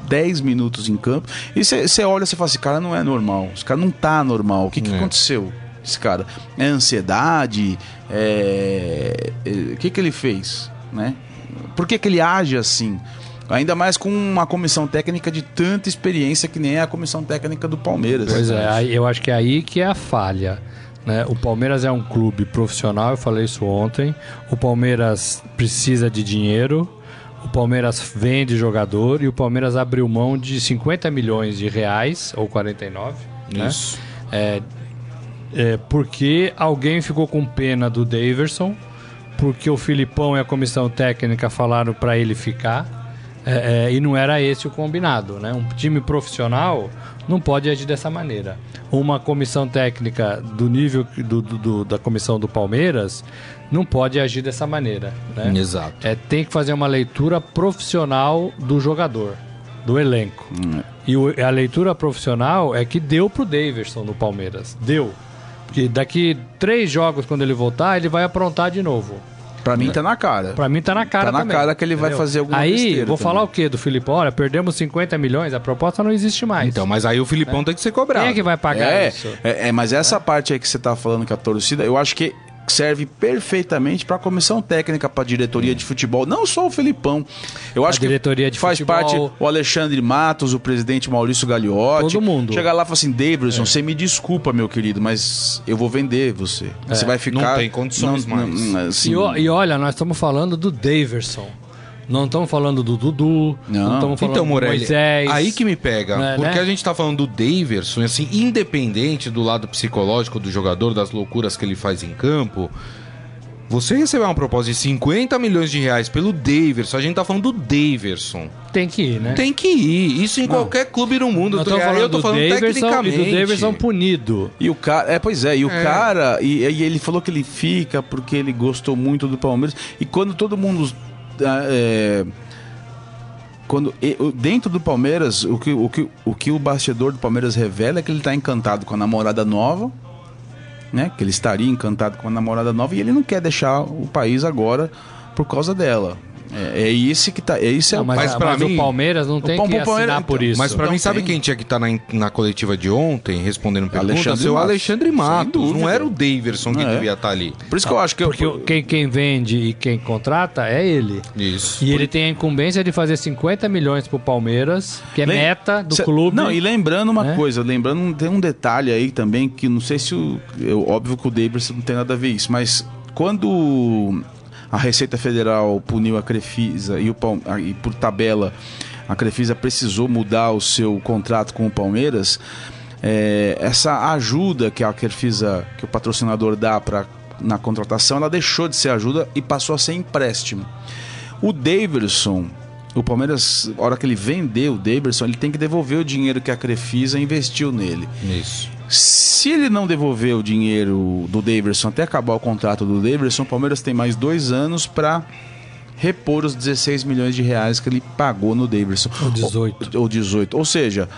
[SPEAKER 4] 10 minutos em campo. E você olha e fala assim, cara, não é normal. Esse cara não tá normal. O que,
[SPEAKER 3] É.
[SPEAKER 4] que aconteceu? Esse cara. É ansiedade? É... é, O que, que ele fez? Né? Por que, que ele age assim? Ainda mais com uma comissão técnica de tanta experiência que nem é a comissão técnica do Palmeiras.
[SPEAKER 3] Pois é, aí- eu acho que é aí que é a falha. Né? O Palmeiras é um clube profissional, eu falei isso ontem. O Palmeiras precisa de dinheiro, o Palmeiras vende jogador e o Palmeiras abriu mão de 50 milhões de reais, ou 49, né?
[SPEAKER 2] Isso.
[SPEAKER 3] É, porque alguém ficou com pena do Daverson, porque o Filipão e a comissão técnica falaram para ele ficar, é, é, e não era esse o combinado, né? Um time profissional não pode agir dessa maneira. Uma comissão técnica do nível que- do- do- do- da comissão do Palmeiras não pode agir dessa maneira, né?
[SPEAKER 2] Exato.
[SPEAKER 3] É, tem que fazer uma leitura profissional do jogador, do elenco.
[SPEAKER 4] Hum, é.
[SPEAKER 3] E o- a leitura profissional é que deu pro Davidson no Palmeiras. Deu. Porque daqui três jogos, quando ele voltar, ele vai aprontar de novo.
[SPEAKER 4] Pra mim tá na cara.
[SPEAKER 3] Pra mim tá na cara
[SPEAKER 4] Tá na
[SPEAKER 3] também,
[SPEAKER 4] cara que ele vai fazer alguma
[SPEAKER 3] Aí,
[SPEAKER 4] besteira também.
[SPEAKER 3] vou falar o quê do Filipão? Olha, perdemos 50 milhões, a proposta não existe mais.
[SPEAKER 2] Então, mas aí o Filipão tem que ser cobrado.
[SPEAKER 3] Quem é que é vai pagar
[SPEAKER 4] é,
[SPEAKER 3] isso?
[SPEAKER 4] é, é, mas essa parte aí que você tá falando que a torcida, eu acho que serve perfeitamente para a comissão técnica, para a diretoria de futebol, não só o Felipão. Eu acho
[SPEAKER 3] diretoria
[SPEAKER 4] que
[SPEAKER 3] de
[SPEAKER 4] faz
[SPEAKER 3] futebol.
[SPEAKER 4] parte o Alexandre Matos, o presidente Maurício Gagliotti.
[SPEAKER 3] Todo mundo. É.
[SPEAKER 4] Chega lá e fala assim: Davidson, você me desculpa, meu querido, mas eu vou vender você. Você vai ficar.
[SPEAKER 2] tem condições mais.
[SPEAKER 4] assim,
[SPEAKER 3] É. E, o- e olha, nós estamos falando do Daverson. Não estamos falando do Dudu, não,
[SPEAKER 4] Não.
[SPEAKER 3] estamos falando
[SPEAKER 2] Então,
[SPEAKER 3] do
[SPEAKER 2] Morelli,
[SPEAKER 3] Moisés.
[SPEAKER 2] aí que me pega,
[SPEAKER 3] Né,
[SPEAKER 2] porque
[SPEAKER 3] né?
[SPEAKER 2] a gente tá falando do Daverson, assim, independente do lado psicológico do jogador, das loucuras que ele faz em campo, você receber uma proposta de 50 milhões de reais pelo Daverson, a gente tá falando do Daverson.
[SPEAKER 3] tem que ir, né?
[SPEAKER 2] Tem que ir, isso em qualquer clube no mundo.
[SPEAKER 3] Nós estamos
[SPEAKER 2] aí
[SPEAKER 3] falando,
[SPEAKER 2] eu tô falando
[SPEAKER 3] do Daverson e
[SPEAKER 2] tecnicamente.
[SPEAKER 3] do Daverson punido.
[SPEAKER 4] E o cara, é, pois é, e o
[SPEAKER 2] É.
[SPEAKER 4] cara, e, e ele falou que ele fica porque ele gostou muito do Palmeiras. E quando todo mundo ah, é, quando e- o- dentro do Palmeiras, o que o que o que o bastidor do Palmeiras revela é que ele tá encantado com a namorada nova, né? Que ele estaria encantado com a namorada nova e ele não quer deixar o país agora por causa dela. É, é esse que tá, é esse é
[SPEAKER 3] Não,
[SPEAKER 4] o
[SPEAKER 3] mas
[SPEAKER 2] mas
[SPEAKER 3] mas,
[SPEAKER 2] pra
[SPEAKER 3] o
[SPEAKER 2] mim-
[SPEAKER 3] Palmeiras não tem
[SPEAKER 4] Pom-
[SPEAKER 3] que
[SPEAKER 4] Pom-
[SPEAKER 3] assinar
[SPEAKER 4] Palmeiras-
[SPEAKER 3] por isso.
[SPEAKER 2] Mas pra
[SPEAKER 4] Então
[SPEAKER 2] mim, sabe
[SPEAKER 4] tem.
[SPEAKER 2] quem tinha que estar na, na coletiva de ontem, respondendo perguntas?
[SPEAKER 4] Alexandre
[SPEAKER 2] Seu
[SPEAKER 4] Matos.
[SPEAKER 2] Alexandre
[SPEAKER 4] Sem
[SPEAKER 2] Matos. Não
[SPEAKER 4] dúvida.
[SPEAKER 2] era o Daverson que
[SPEAKER 4] É.
[SPEAKER 2] devia estar ali.
[SPEAKER 4] Por isso que eu acho que eu-
[SPEAKER 3] Porque o- quem, quem vende e quem contrata é ele.
[SPEAKER 2] Isso.
[SPEAKER 3] E ele tem a incumbência de fazer 50 milhões pro Palmeiras, que é
[SPEAKER 4] Lem-
[SPEAKER 3] meta do
[SPEAKER 4] Cê-
[SPEAKER 3] clube.
[SPEAKER 4] Não, e lembrando uma
[SPEAKER 3] né?
[SPEAKER 4] coisa, lembrando, um- tem um detalhe aí também que não sei se o. eu- óbvio que o Davis não tem nada a ver isso, mas quando a Receita Federal puniu a Crefisa e, o, Pal- a- e por tabela a Crefisa precisou mudar o seu contrato com o Palmeiras, é, essa ajuda que a Crefisa, que o patrocinador dá pra, na contratação, ela deixou de ser ajuda e passou a ser empréstimo. O Daverson, o Palmeiras, a hora que ele vendeu o Daverson, ele tem que devolver o dinheiro que a Crefisa investiu nele.
[SPEAKER 2] Isso.
[SPEAKER 4] Se ele não devolver o dinheiro do Daverson até acabar o contrato do Daverson, o Palmeiras tem mais dois anos para repor os 16 milhões de reais que ele pagou no Daverson.
[SPEAKER 3] Ou 18.
[SPEAKER 4] Ou, ou 18. Ou seja,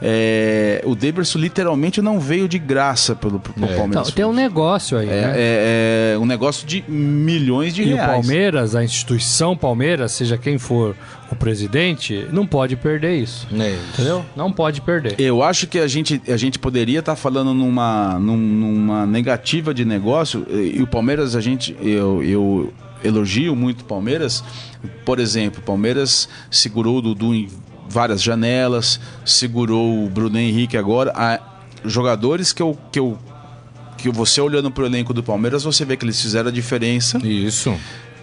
[SPEAKER 4] é, o Daverson literalmente não veio de graça pelo, pro
[SPEAKER 3] Então,
[SPEAKER 4] Palmeiras.
[SPEAKER 3] tem um negócio aí,
[SPEAKER 4] é,
[SPEAKER 3] né?
[SPEAKER 4] é- é um negócio de milhões de
[SPEAKER 3] E o
[SPEAKER 4] reais.
[SPEAKER 3] Palmeiras, a instituição Palmeiras, seja quem for o presidente, não pode perder isso.
[SPEAKER 2] É isso.
[SPEAKER 3] Entendeu? Não pode perder.
[SPEAKER 4] Eu acho que a gente, a gente poderia estar falando numa, num- numa negativa de negócio. E e o Palmeiras, a gente. Eu, eu elogio muito o Palmeiras. Por exemplo, o Palmeiras segurou o Dudu em várias janelas, segurou o Bruno Henrique agora. Há jogadores que eu. Que eu que você olhando pro elenco do Palmeiras, você vê que eles fizeram a diferença.
[SPEAKER 2] Isso.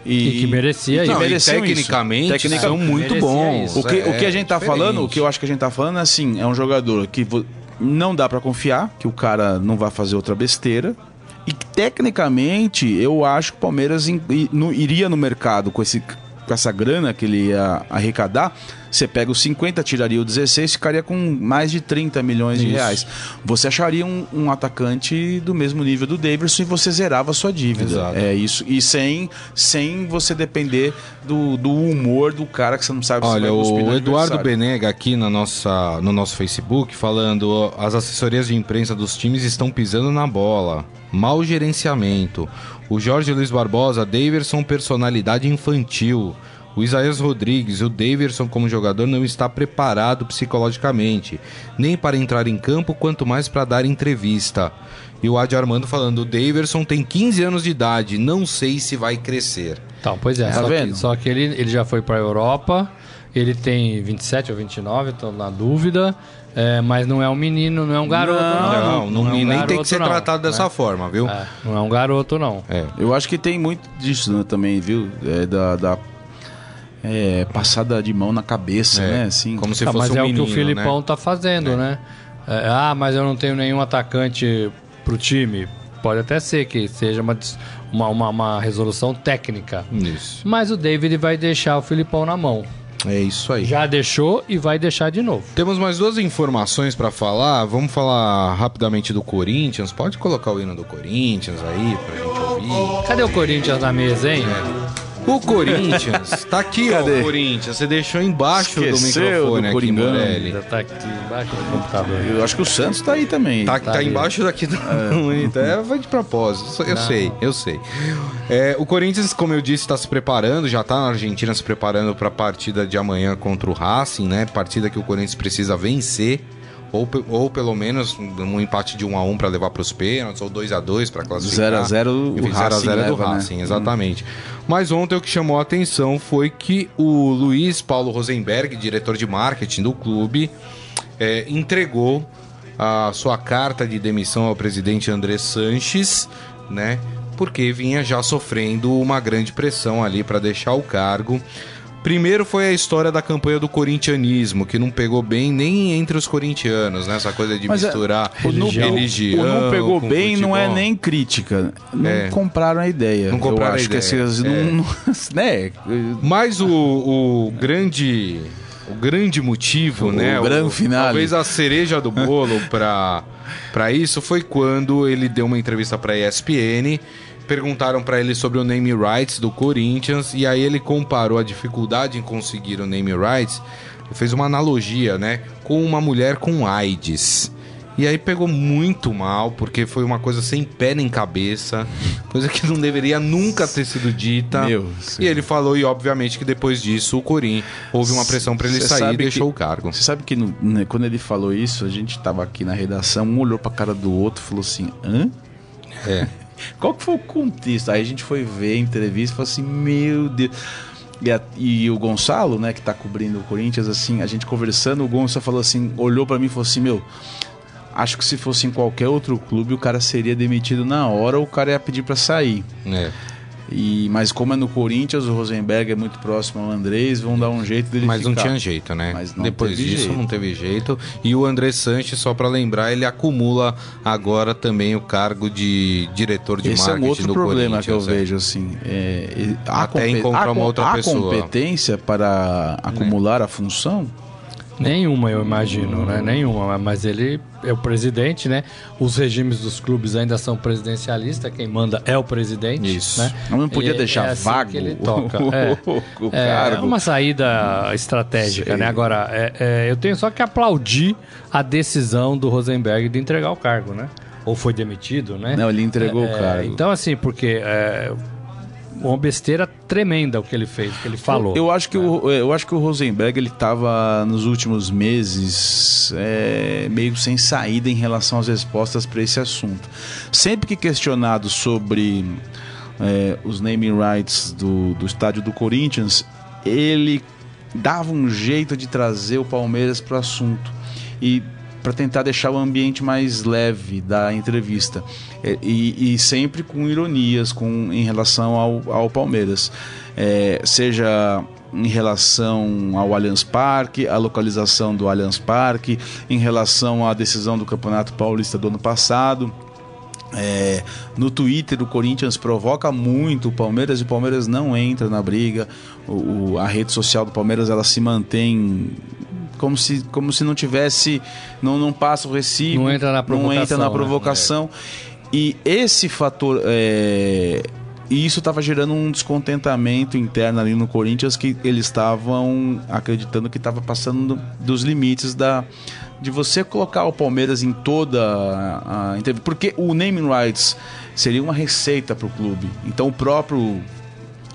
[SPEAKER 4] E,
[SPEAKER 3] E que merecia
[SPEAKER 4] e que
[SPEAKER 3] isso.
[SPEAKER 4] mereciam isso.
[SPEAKER 2] Então, tecnicamente,
[SPEAKER 4] Tecnica-
[SPEAKER 2] são muito
[SPEAKER 3] merecia
[SPEAKER 2] bons.
[SPEAKER 3] isso.
[SPEAKER 4] o que,
[SPEAKER 2] É,
[SPEAKER 4] o que a gente tá
[SPEAKER 2] diferente.
[SPEAKER 4] falando, o que eu acho que a gente tá falando é assim, é um jogador que vo- não dá pra confiar, que o cara não vai fazer outra besteira. E que, tecnicamente, eu acho que o Palmeiras in- i- no- iria no mercado com esse com essa grana que ele ia arrecadar, você pega os 50, tiraria o 16, ficaria com mais de 30 milhões de
[SPEAKER 2] Isso.
[SPEAKER 4] reais. Você acharia um, um atacante do mesmo nível do Davidson e você zerava a sua dívida.
[SPEAKER 2] Exato.
[SPEAKER 4] É isso. E sem, sem você depender do, do humor do cara que você não sabe
[SPEAKER 2] Olha,
[SPEAKER 4] vai cuspir no
[SPEAKER 2] o Eduardo
[SPEAKER 4] adversário.
[SPEAKER 2] Benega aqui na nossa, no nosso Facebook falando: ó, as assessorias de imprensa dos times estão pisando na bola. Mau gerenciamento. O Jorge Luiz Barbosa, Daverson, personalidade infantil. O Isaías Rodrigues, o Daverson como jogador não está preparado psicologicamente, nem para entrar em campo, quanto mais para dar entrevista. E o Adi Armando falando: o Daverson tem 15 anos de idade, não sei se vai crescer.
[SPEAKER 3] Então, pois é.
[SPEAKER 4] Tá
[SPEAKER 3] só, Que,
[SPEAKER 4] vendo?
[SPEAKER 3] só que ele, ele já foi pra Europa, ele tem 27 ou 29, tô na dúvida. é, mas não é um menino, não é um garoto, não.
[SPEAKER 2] Não, não,
[SPEAKER 3] é um
[SPEAKER 2] nem tem
[SPEAKER 3] garoto,
[SPEAKER 2] que ser
[SPEAKER 3] não,
[SPEAKER 2] tratado
[SPEAKER 3] né?
[SPEAKER 2] dessa forma, viu?
[SPEAKER 3] É, não é um garoto, não.
[SPEAKER 2] É.
[SPEAKER 4] Eu acho que tem muito disso né, também, viu? É, da da, é, passada de mão na cabeça,
[SPEAKER 2] É,
[SPEAKER 4] né? Assim,
[SPEAKER 2] Como se
[SPEAKER 3] Ah,
[SPEAKER 2] fosse
[SPEAKER 3] mas
[SPEAKER 2] um
[SPEAKER 3] é
[SPEAKER 2] menino,
[SPEAKER 3] o que o Filipão
[SPEAKER 2] né?
[SPEAKER 3] tá fazendo, né? É, ah, mas eu não tenho nenhum atacante pro time. Pode até ser que seja uma, des- uma, uma, uma resolução técnica.
[SPEAKER 2] Isso.
[SPEAKER 3] Mas o David vai deixar o Filipão na mão.
[SPEAKER 2] É isso aí.
[SPEAKER 3] Já deixou e vai deixar de novo.
[SPEAKER 2] Temos mais duas informações pra falar. Vamos falar rapidamente do Corinthians. Pode colocar o hino do Corinthians aí pra gente ouvir.
[SPEAKER 3] Cadê o Corinthians na mesa, hein?
[SPEAKER 2] É. O Corinthians, tá aqui, ó,
[SPEAKER 4] Cadê?
[SPEAKER 2] o Corinthians. Você deixou embaixo
[SPEAKER 4] Esqueceu
[SPEAKER 2] do microfone
[SPEAKER 4] do
[SPEAKER 2] aqui,
[SPEAKER 4] Coringão.
[SPEAKER 2] Morelli.
[SPEAKER 3] Já tá aqui embaixo tá do computador.
[SPEAKER 4] Eu acho que o Santos tá aí também.
[SPEAKER 2] Tá, tá,
[SPEAKER 3] ali.
[SPEAKER 2] embaixo daqui do Então, é, foi de propósito. Isso Eu sei, eu sei. É, o Corinthians, como eu disse, está se preparando, já está na Argentina se preparando para a partida de amanhã contra o Racing, né? Partida que o Corinthians precisa vencer. Ou, pe- ou pelo menos um empate de 1 a 1 para levar para os pênaltis, ou 2 a 2 para classificar.
[SPEAKER 4] 0 a 0 o
[SPEAKER 2] Enfim, 0 a 0
[SPEAKER 4] Racing
[SPEAKER 2] é do
[SPEAKER 4] leva, né?
[SPEAKER 2] Racing, exatamente. Mas ontem o que chamou a atenção foi que o Luiz Paulo Rosenberg, diretor de marketing do clube, eh, entregou a sua carta de demissão ao presidente André Sanches, né? Porque vinha já sofrendo uma grande pressão ali para deixar o cargo. Primeiro foi a história da campanha do corintianismo, que não pegou bem nem entre os corintianos, né? Essa coisa de
[SPEAKER 4] Mas é-
[SPEAKER 2] misturar
[SPEAKER 4] O não,
[SPEAKER 2] religião.
[SPEAKER 4] o não pegou
[SPEAKER 2] com
[SPEAKER 4] bem não é
[SPEAKER 2] futebol.
[SPEAKER 4] nem crítica. Não
[SPEAKER 2] É.
[SPEAKER 4] compraram a ideia.
[SPEAKER 2] Não compraram
[SPEAKER 4] Eu
[SPEAKER 2] a
[SPEAKER 4] acho que
[SPEAKER 2] ideia,
[SPEAKER 4] esses
[SPEAKER 2] é.
[SPEAKER 4] não. né?
[SPEAKER 2] Mas o, o grande o grande motivo,
[SPEAKER 4] O
[SPEAKER 2] né?
[SPEAKER 4] gran
[SPEAKER 2] o-
[SPEAKER 4] finale.
[SPEAKER 2] Talvez a cereja do bolo para para isso foi quando ele deu uma entrevista para ESPN. Perguntaram para ele sobre o name rights do Corinthians e aí ele comparou a dificuldade em conseguir o name rights, fez uma analogia, né, com uma mulher com AIDS. E aí pegou muito mal, porque foi uma coisa sem pé nem cabeça, coisa que não deveria nunca ter sido dita.
[SPEAKER 4] Meu
[SPEAKER 2] e ele falou, e obviamente que depois disso o Corinthians houve uma pressão para ele
[SPEAKER 4] Cê
[SPEAKER 2] sair e
[SPEAKER 4] sabe
[SPEAKER 2] deixou
[SPEAKER 4] que-
[SPEAKER 2] o cargo.
[SPEAKER 4] Você sabe que no- né, quando ele falou isso, a gente tava aqui na redação, um olhou pra cara do outro e falou assim: hã?
[SPEAKER 2] É.
[SPEAKER 4] Qual que foi o contexto? Aí a gente foi ver a entrevista e falou assim: meu Deus. E, a- e o Gonçalo, né, que tá cobrindo o Corinthians, assim, a gente conversando, o Gonçalo falou assim, olhou pra mim e falou assim, meu, acho que se fosse em qualquer outro clube, o cara seria demitido na hora ou o cara ia pedir pra sair.
[SPEAKER 2] É.
[SPEAKER 4] E, mas como é no Corinthians, o Rosenberg é muito próximo ao Andrés, vão dar um jeito dele
[SPEAKER 2] Mas
[SPEAKER 4] ficar.
[SPEAKER 2] não tinha jeito, né?
[SPEAKER 4] Mas não
[SPEAKER 2] Depois
[SPEAKER 4] teve
[SPEAKER 2] disso
[SPEAKER 4] jeito.
[SPEAKER 2] não teve jeito. E o André Sanches, só para lembrar, ele acumula agora também o cargo de diretor de
[SPEAKER 4] Esse é
[SPEAKER 2] marketing
[SPEAKER 4] um outro
[SPEAKER 2] do
[SPEAKER 4] problema que eu
[SPEAKER 2] Corinthians, é.
[SPEAKER 4] vejo, assim. É, e-
[SPEAKER 2] Até
[SPEAKER 4] compe-
[SPEAKER 2] encontrar
[SPEAKER 4] a
[SPEAKER 2] uma
[SPEAKER 4] com-
[SPEAKER 2] outra
[SPEAKER 4] a
[SPEAKER 2] pessoa.
[SPEAKER 4] competência para acumular a função?
[SPEAKER 3] Nenhuma, eu imagino, né? Nenhuma. Mas ele é o presidente, né? Os regimes dos clubes ainda são presidencialistas, quem manda é o presidente.
[SPEAKER 2] Isso.
[SPEAKER 3] Né?
[SPEAKER 4] Eu não podia
[SPEAKER 3] E
[SPEAKER 4] deixar
[SPEAKER 3] é assim
[SPEAKER 4] vago
[SPEAKER 3] que ele toca.
[SPEAKER 4] o,
[SPEAKER 3] É.
[SPEAKER 4] o
[SPEAKER 3] É, É
[SPEAKER 4] cargo.
[SPEAKER 3] uma saída estratégica,
[SPEAKER 4] Sei.
[SPEAKER 3] né? Agora, é- é, eu tenho só que aplaudir a decisão do Rosenberg de entregar o cargo, né? Ou foi demitido, né?
[SPEAKER 4] Não, ele entregou o
[SPEAKER 3] É,
[SPEAKER 4] cargo.
[SPEAKER 3] Então, assim, porque é uma besteira tremenda o que ele fez, o que ele falou. É.
[SPEAKER 4] Eu acho que, o, eu acho que o Rosenberg ele estava nos últimos meses é, meio sem saída em relação às respostas para esse assunto. Sempre que questionado sobre é, os naming rights do, do estádio do Corinthians, ele dava um jeito de trazer o Palmeiras para o assunto e para tentar deixar o ambiente mais leve da entrevista É, e, e sempre com ironias com, em relação ao, ao Palmeiras, É, seja em relação ao Allianz Parque, à localização do Allianz Parque, em relação à decisão do Campeonato Paulista do ano passado. É, no Twitter, o Corinthians provoca muito o Palmeiras e o Palmeiras não entra na briga. O- o- a rede social do Palmeiras ela se mantém como se, como se não tivesse. Não, não passa o recibo.
[SPEAKER 3] Não entra na
[SPEAKER 4] Não entra
[SPEAKER 3] provocação,
[SPEAKER 4] na
[SPEAKER 3] né?
[SPEAKER 4] provocação. E esse fator. é, e isso estava gerando um descontentamento interno ali no Corinthians que eles estavam acreditando que estava passando dos limites da de você colocar o Palmeiras em toda a a entrevista. Porque o naming rights seria uma receita para o clube. Então o próprio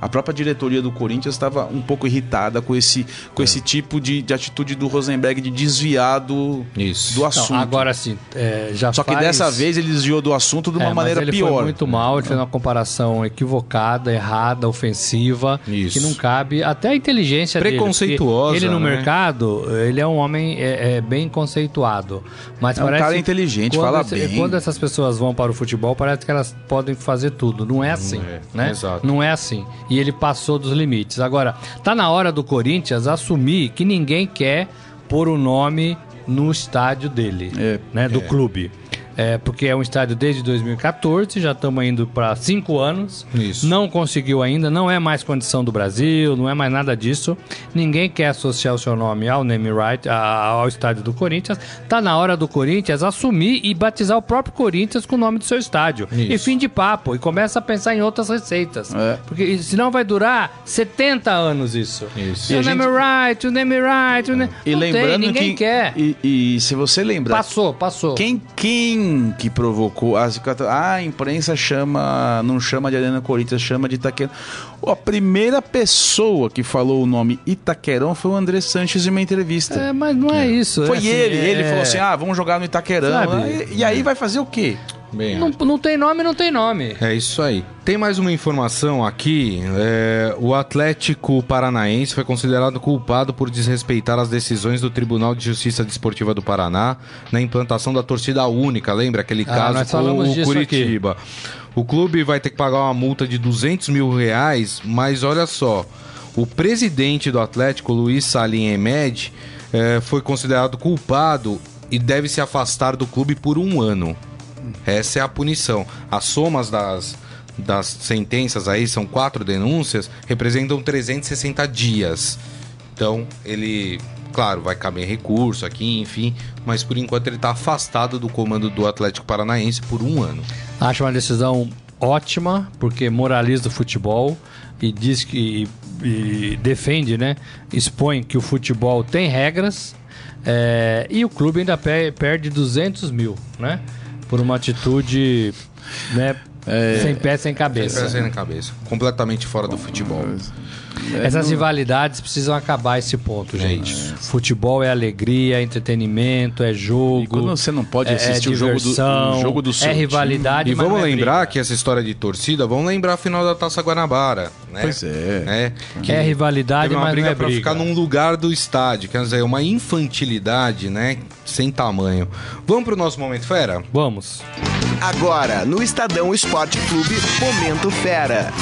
[SPEAKER 4] a própria diretoria do Corinthians estava um pouco irritada com esse,
[SPEAKER 3] É.
[SPEAKER 4] com esse tipo de, de atitude do Rosenberg de desviar do,
[SPEAKER 2] Isso.
[SPEAKER 4] do
[SPEAKER 3] Não,
[SPEAKER 4] assunto.
[SPEAKER 3] agora sim, é, já
[SPEAKER 4] Só que
[SPEAKER 3] faz-
[SPEAKER 4] dessa vez ele desviou do assunto de
[SPEAKER 3] É,
[SPEAKER 4] uma
[SPEAKER 3] mas
[SPEAKER 4] maneira
[SPEAKER 3] ele
[SPEAKER 4] pior.
[SPEAKER 3] foi muito mal, ele fez uma comparação equivocada, errada, ofensiva,
[SPEAKER 2] Isso.
[SPEAKER 3] que não cabe. Até a inteligência dele, porque
[SPEAKER 2] Preconceituosa,
[SPEAKER 3] ele no
[SPEAKER 2] né?
[SPEAKER 3] mercado, ele é um homem é, é, bem conceituado. Mas
[SPEAKER 4] É um
[SPEAKER 3] parece
[SPEAKER 4] cara
[SPEAKER 3] que
[SPEAKER 4] inteligente,
[SPEAKER 3] quando
[SPEAKER 4] fala
[SPEAKER 3] esse-
[SPEAKER 4] bem.
[SPEAKER 3] Quando essas pessoas vão para o futebol, parece que elas podem fazer tudo. Não é assim,
[SPEAKER 2] é,
[SPEAKER 3] né?
[SPEAKER 2] exato.
[SPEAKER 3] Não é assim. E ele passou dos limites. Agora, tá na hora do Corinthians assumir que ninguém quer pôr o nome no estádio dele,
[SPEAKER 4] É,
[SPEAKER 3] né? Do clube. É, porque é um estádio desde 2014, já estamos indo para cinco anos.
[SPEAKER 2] Isso.
[SPEAKER 3] Não conseguiu ainda, não é mais condição do Brasil, não é mais nada disso. Ninguém quer associar o seu nome ao name right, a- ao estádio do Corinthians. Tá na hora do Corinthians assumir e batizar o próprio Corinthians com o nome do seu estádio. E
[SPEAKER 2] Isso.
[SPEAKER 3] fim de papo. E começa a pensar em outras receitas.
[SPEAKER 4] É.
[SPEAKER 3] Porque senão vai durar 70 anos isso.
[SPEAKER 2] Isso.
[SPEAKER 3] E
[SPEAKER 4] E a É.
[SPEAKER 3] o name right, o name right, o name...
[SPEAKER 4] E
[SPEAKER 3] Não tem,
[SPEAKER 4] lembrando
[SPEAKER 3] ninguém
[SPEAKER 4] que
[SPEAKER 3] quer.
[SPEAKER 4] E, e se você lembrar,
[SPEAKER 3] Passou, passou.
[SPEAKER 4] quem, quem quem que provocou a cicatriz? Ah, a imprensa chama, não chama de Arena Corinthians, chama de Itaquerão. A primeira pessoa que falou o nome Itaquerão foi o André Sanches em uma entrevista.
[SPEAKER 3] É, mas não é, isso. é
[SPEAKER 4] Foi
[SPEAKER 3] assim,
[SPEAKER 4] ele,
[SPEAKER 3] é-
[SPEAKER 4] ele falou assim: ah, vamos jogar no Itaquerão.
[SPEAKER 3] Sabe? É.
[SPEAKER 4] E, e aí vai fazer o quê?
[SPEAKER 2] Bem,
[SPEAKER 3] Não, não tem nome, não tem nome.
[SPEAKER 2] É isso aí. Tem mais uma informação aqui. é, o Atlético Paranaense foi considerado culpado por desrespeitar as decisões do Tribunal de Justiça Desportiva do Paraná na implantação da torcida única. Lembra aquele
[SPEAKER 3] Ah,
[SPEAKER 2] caso
[SPEAKER 3] nós falamos
[SPEAKER 2] com o
[SPEAKER 3] disso
[SPEAKER 2] Curitiba? O clube vai ter que pagar uma multa de 200 mil reais, mas olha só. O presidente do Atlético, Luiz Salim Emed, é, foi considerado culpado e deve se afastar do clube por um ano. Essa é a punição. As somas das, das sentenças aí, são quatro denúncias, representam 360 dias. Então, ele, claro, vai caber recurso aqui, enfim, mas por enquanto ele está afastado do comando do Atlético Paranaense por um ano.
[SPEAKER 3] Acho uma decisão ótima, porque moraliza o futebol e diz que e defende, né? Expõe que o futebol tem regras é, e o clube ainda pe- perde 200 mil, né? Por uma atitude, né?
[SPEAKER 4] É,
[SPEAKER 3] Sem pé, sem cabeça.
[SPEAKER 2] Essa é na cabeça. Completamente fora do futebol.
[SPEAKER 4] é,
[SPEAKER 3] Essas rivalidades precisam acabar esse ponto, gente. Futebol é alegria, é entretenimento, é jogo.
[SPEAKER 4] E quando você não pode assistir
[SPEAKER 3] é
[SPEAKER 4] o jogo do-
[SPEAKER 3] diversão,
[SPEAKER 4] o jogo do seu
[SPEAKER 3] É
[SPEAKER 4] time.
[SPEAKER 3] rivalidade.
[SPEAKER 2] E
[SPEAKER 3] mas
[SPEAKER 2] vamos
[SPEAKER 3] não é
[SPEAKER 2] lembrar
[SPEAKER 3] briga.
[SPEAKER 2] que essa história de torcida, vamos lembrar a final da Taça Guanabara, né?
[SPEAKER 4] Pois é.
[SPEAKER 2] Né? Que
[SPEAKER 3] é rivalidade,
[SPEAKER 2] Teve uma
[SPEAKER 3] mas não
[SPEAKER 2] briga
[SPEAKER 3] é
[SPEAKER 2] pra
[SPEAKER 3] briga.
[SPEAKER 2] ficar num lugar do estádio, quer dizer, é uma infantilidade, né? Sem tamanho. Vamos pro nosso momento fera?
[SPEAKER 3] Vamos.
[SPEAKER 1] Agora, no Estadão Esporte Clube, Momento Fera.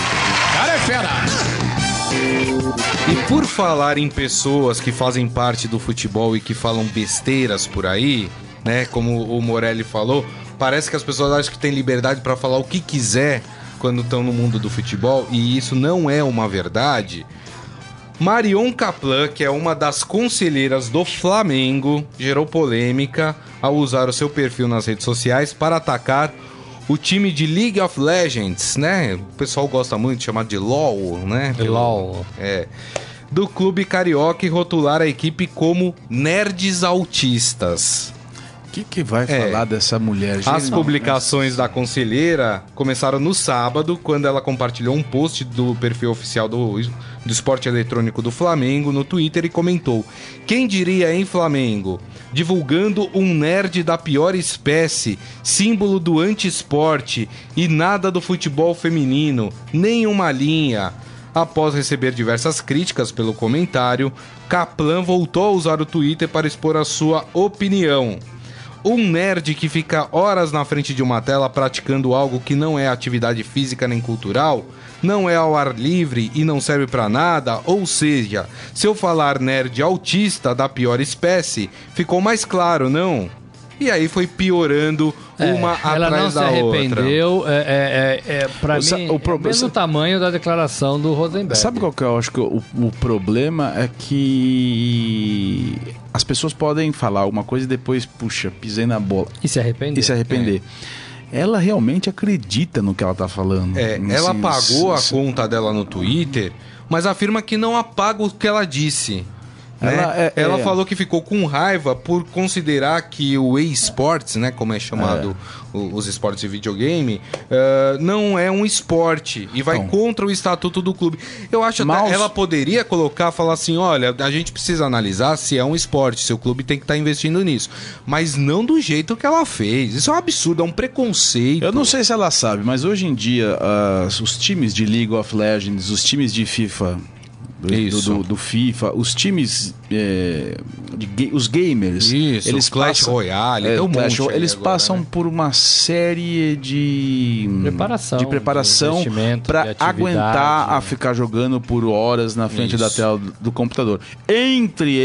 [SPEAKER 2] E por falar em pessoas que fazem parte do futebol e que falam besteiras por aí, né? Como o Morelli falou, parece que as pessoas acham que tem liberdade pra falar o que quiser quando estão no mundo do futebol e isso não é uma verdade. Marion Caplan, que é uma das conselheiras do Flamengo, gerou polêmica ao usar o seu perfil nas redes sociais para atacar o time de League of Legends, né? O pessoal gosta muito de chamar de LOL, né? Pelo-
[SPEAKER 3] LOL.
[SPEAKER 2] É. Do clube carioca e rotular a equipe como nerds autistas.
[SPEAKER 4] O que, que vai
[SPEAKER 2] É.
[SPEAKER 4] falar dessa mulher?
[SPEAKER 2] As
[SPEAKER 4] gente? Não,
[SPEAKER 2] publicações da conselheira começaram no sábado, quando ela compartilhou um post do perfil oficial do, do esporte eletrônico do Flamengo no Twitter e comentou: Quem diria em Flamengo? Divulgando um nerd da pior espécie, símbolo do anti-esporte e nada do futebol feminino, nenhuma linha. Após receber diversas críticas pelo comentário, Kaplan voltou a usar o Twitter para expor a sua opinião. Um nerd que fica horas na frente de uma tela praticando algo que não é atividade física nem cultural, não é ao ar livre e não serve pra nada, ou seja, se eu falar nerd autista da pior espécie, ficou mais claro, não? E aí foi piorando
[SPEAKER 3] É,
[SPEAKER 2] uma
[SPEAKER 3] ela não
[SPEAKER 2] atrás
[SPEAKER 3] se
[SPEAKER 2] da outra.
[SPEAKER 3] arrependeu. É, é, é, é, pra
[SPEAKER 4] O sa-
[SPEAKER 3] mim,
[SPEAKER 4] o
[SPEAKER 3] o é o
[SPEAKER 4] problema-
[SPEAKER 3] mesmo tamanho da declaração do Rosenberg.
[SPEAKER 4] Sabe qual que eu acho que o, o problema é que as pessoas podem falar uma coisa e depois, puxa, pisei na bola
[SPEAKER 3] E se arrependeu.
[SPEAKER 4] e se arrepender. Ela realmente acredita no que ela tá falando.
[SPEAKER 2] É,
[SPEAKER 4] Assim,
[SPEAKER 2] ela pagou a
[SPEAKER 4] se-
[SPEAKER 2] conta dela no Twitter, mas afirma que não apaga o que ela disse. né?
[SPEAKER 4] Ela
[SPEAKER 2] Ela,
[SPEAKER 4] é- é.
[SPEAKER 2] falou que ficou com raiva por considerar que o e-sports, né, como é chamado o- os esportes de videogame, eh, não é um esporte e vai
[SPEAKER 4] Não.
[SPEAKER 2] contra o estatuto do clube. Eu acho
[SPEAKER 4] Maus-
[SPEAKER 2] até ela poderia colocar, falar assim, olha, a gente precisa analisar se é um esporte, se o clube tem que estar investindo nisso, mas não do jeito que ela fez. Isso é um absurdo, é um preconceito.
[SPEAKER 4] Eu não sei se ela sabe, mas hoje em dia as- os times de League of Legends, os times de FIFA, do,
[SPEAKER 2] Isso.
[SPEAKER 4] do- do FIFA, os times, é, de ga- os gamers,
[SPEAKER 2] Isso,
[SPEAKER 4] eles
[SPEAKER 2] Clash
[SPEAKER 4] passam,
[SPEAKER 2] Royale,
[SPEAKER 4] é,
[SPEAKER 2] tem um
[SPEAKER 4] Clash
[SPEAKER 2] monte
[SPEAKER 4] Royale,
[SPEAKER 2] aí
[SPEAKER 4] eles
[SPEAKER 2] agora,
[SPEAKER 4] passam
[SPEAKER 2] né?
[SPEAKER 4] por uma série de
[SPEAKER 3] Preparação,
[SPEAKER 4] de preparação
[SPEAKER 3] de investimento, né? de
[SPEAKER 4] para
[SPEAKER 3] atividade.
[SPEAKER 4] aguentar a ficar jogando por horas na frente da
[SPEAKER 2] Isso.
[SPEAKER 4] tela do, do computador. Entre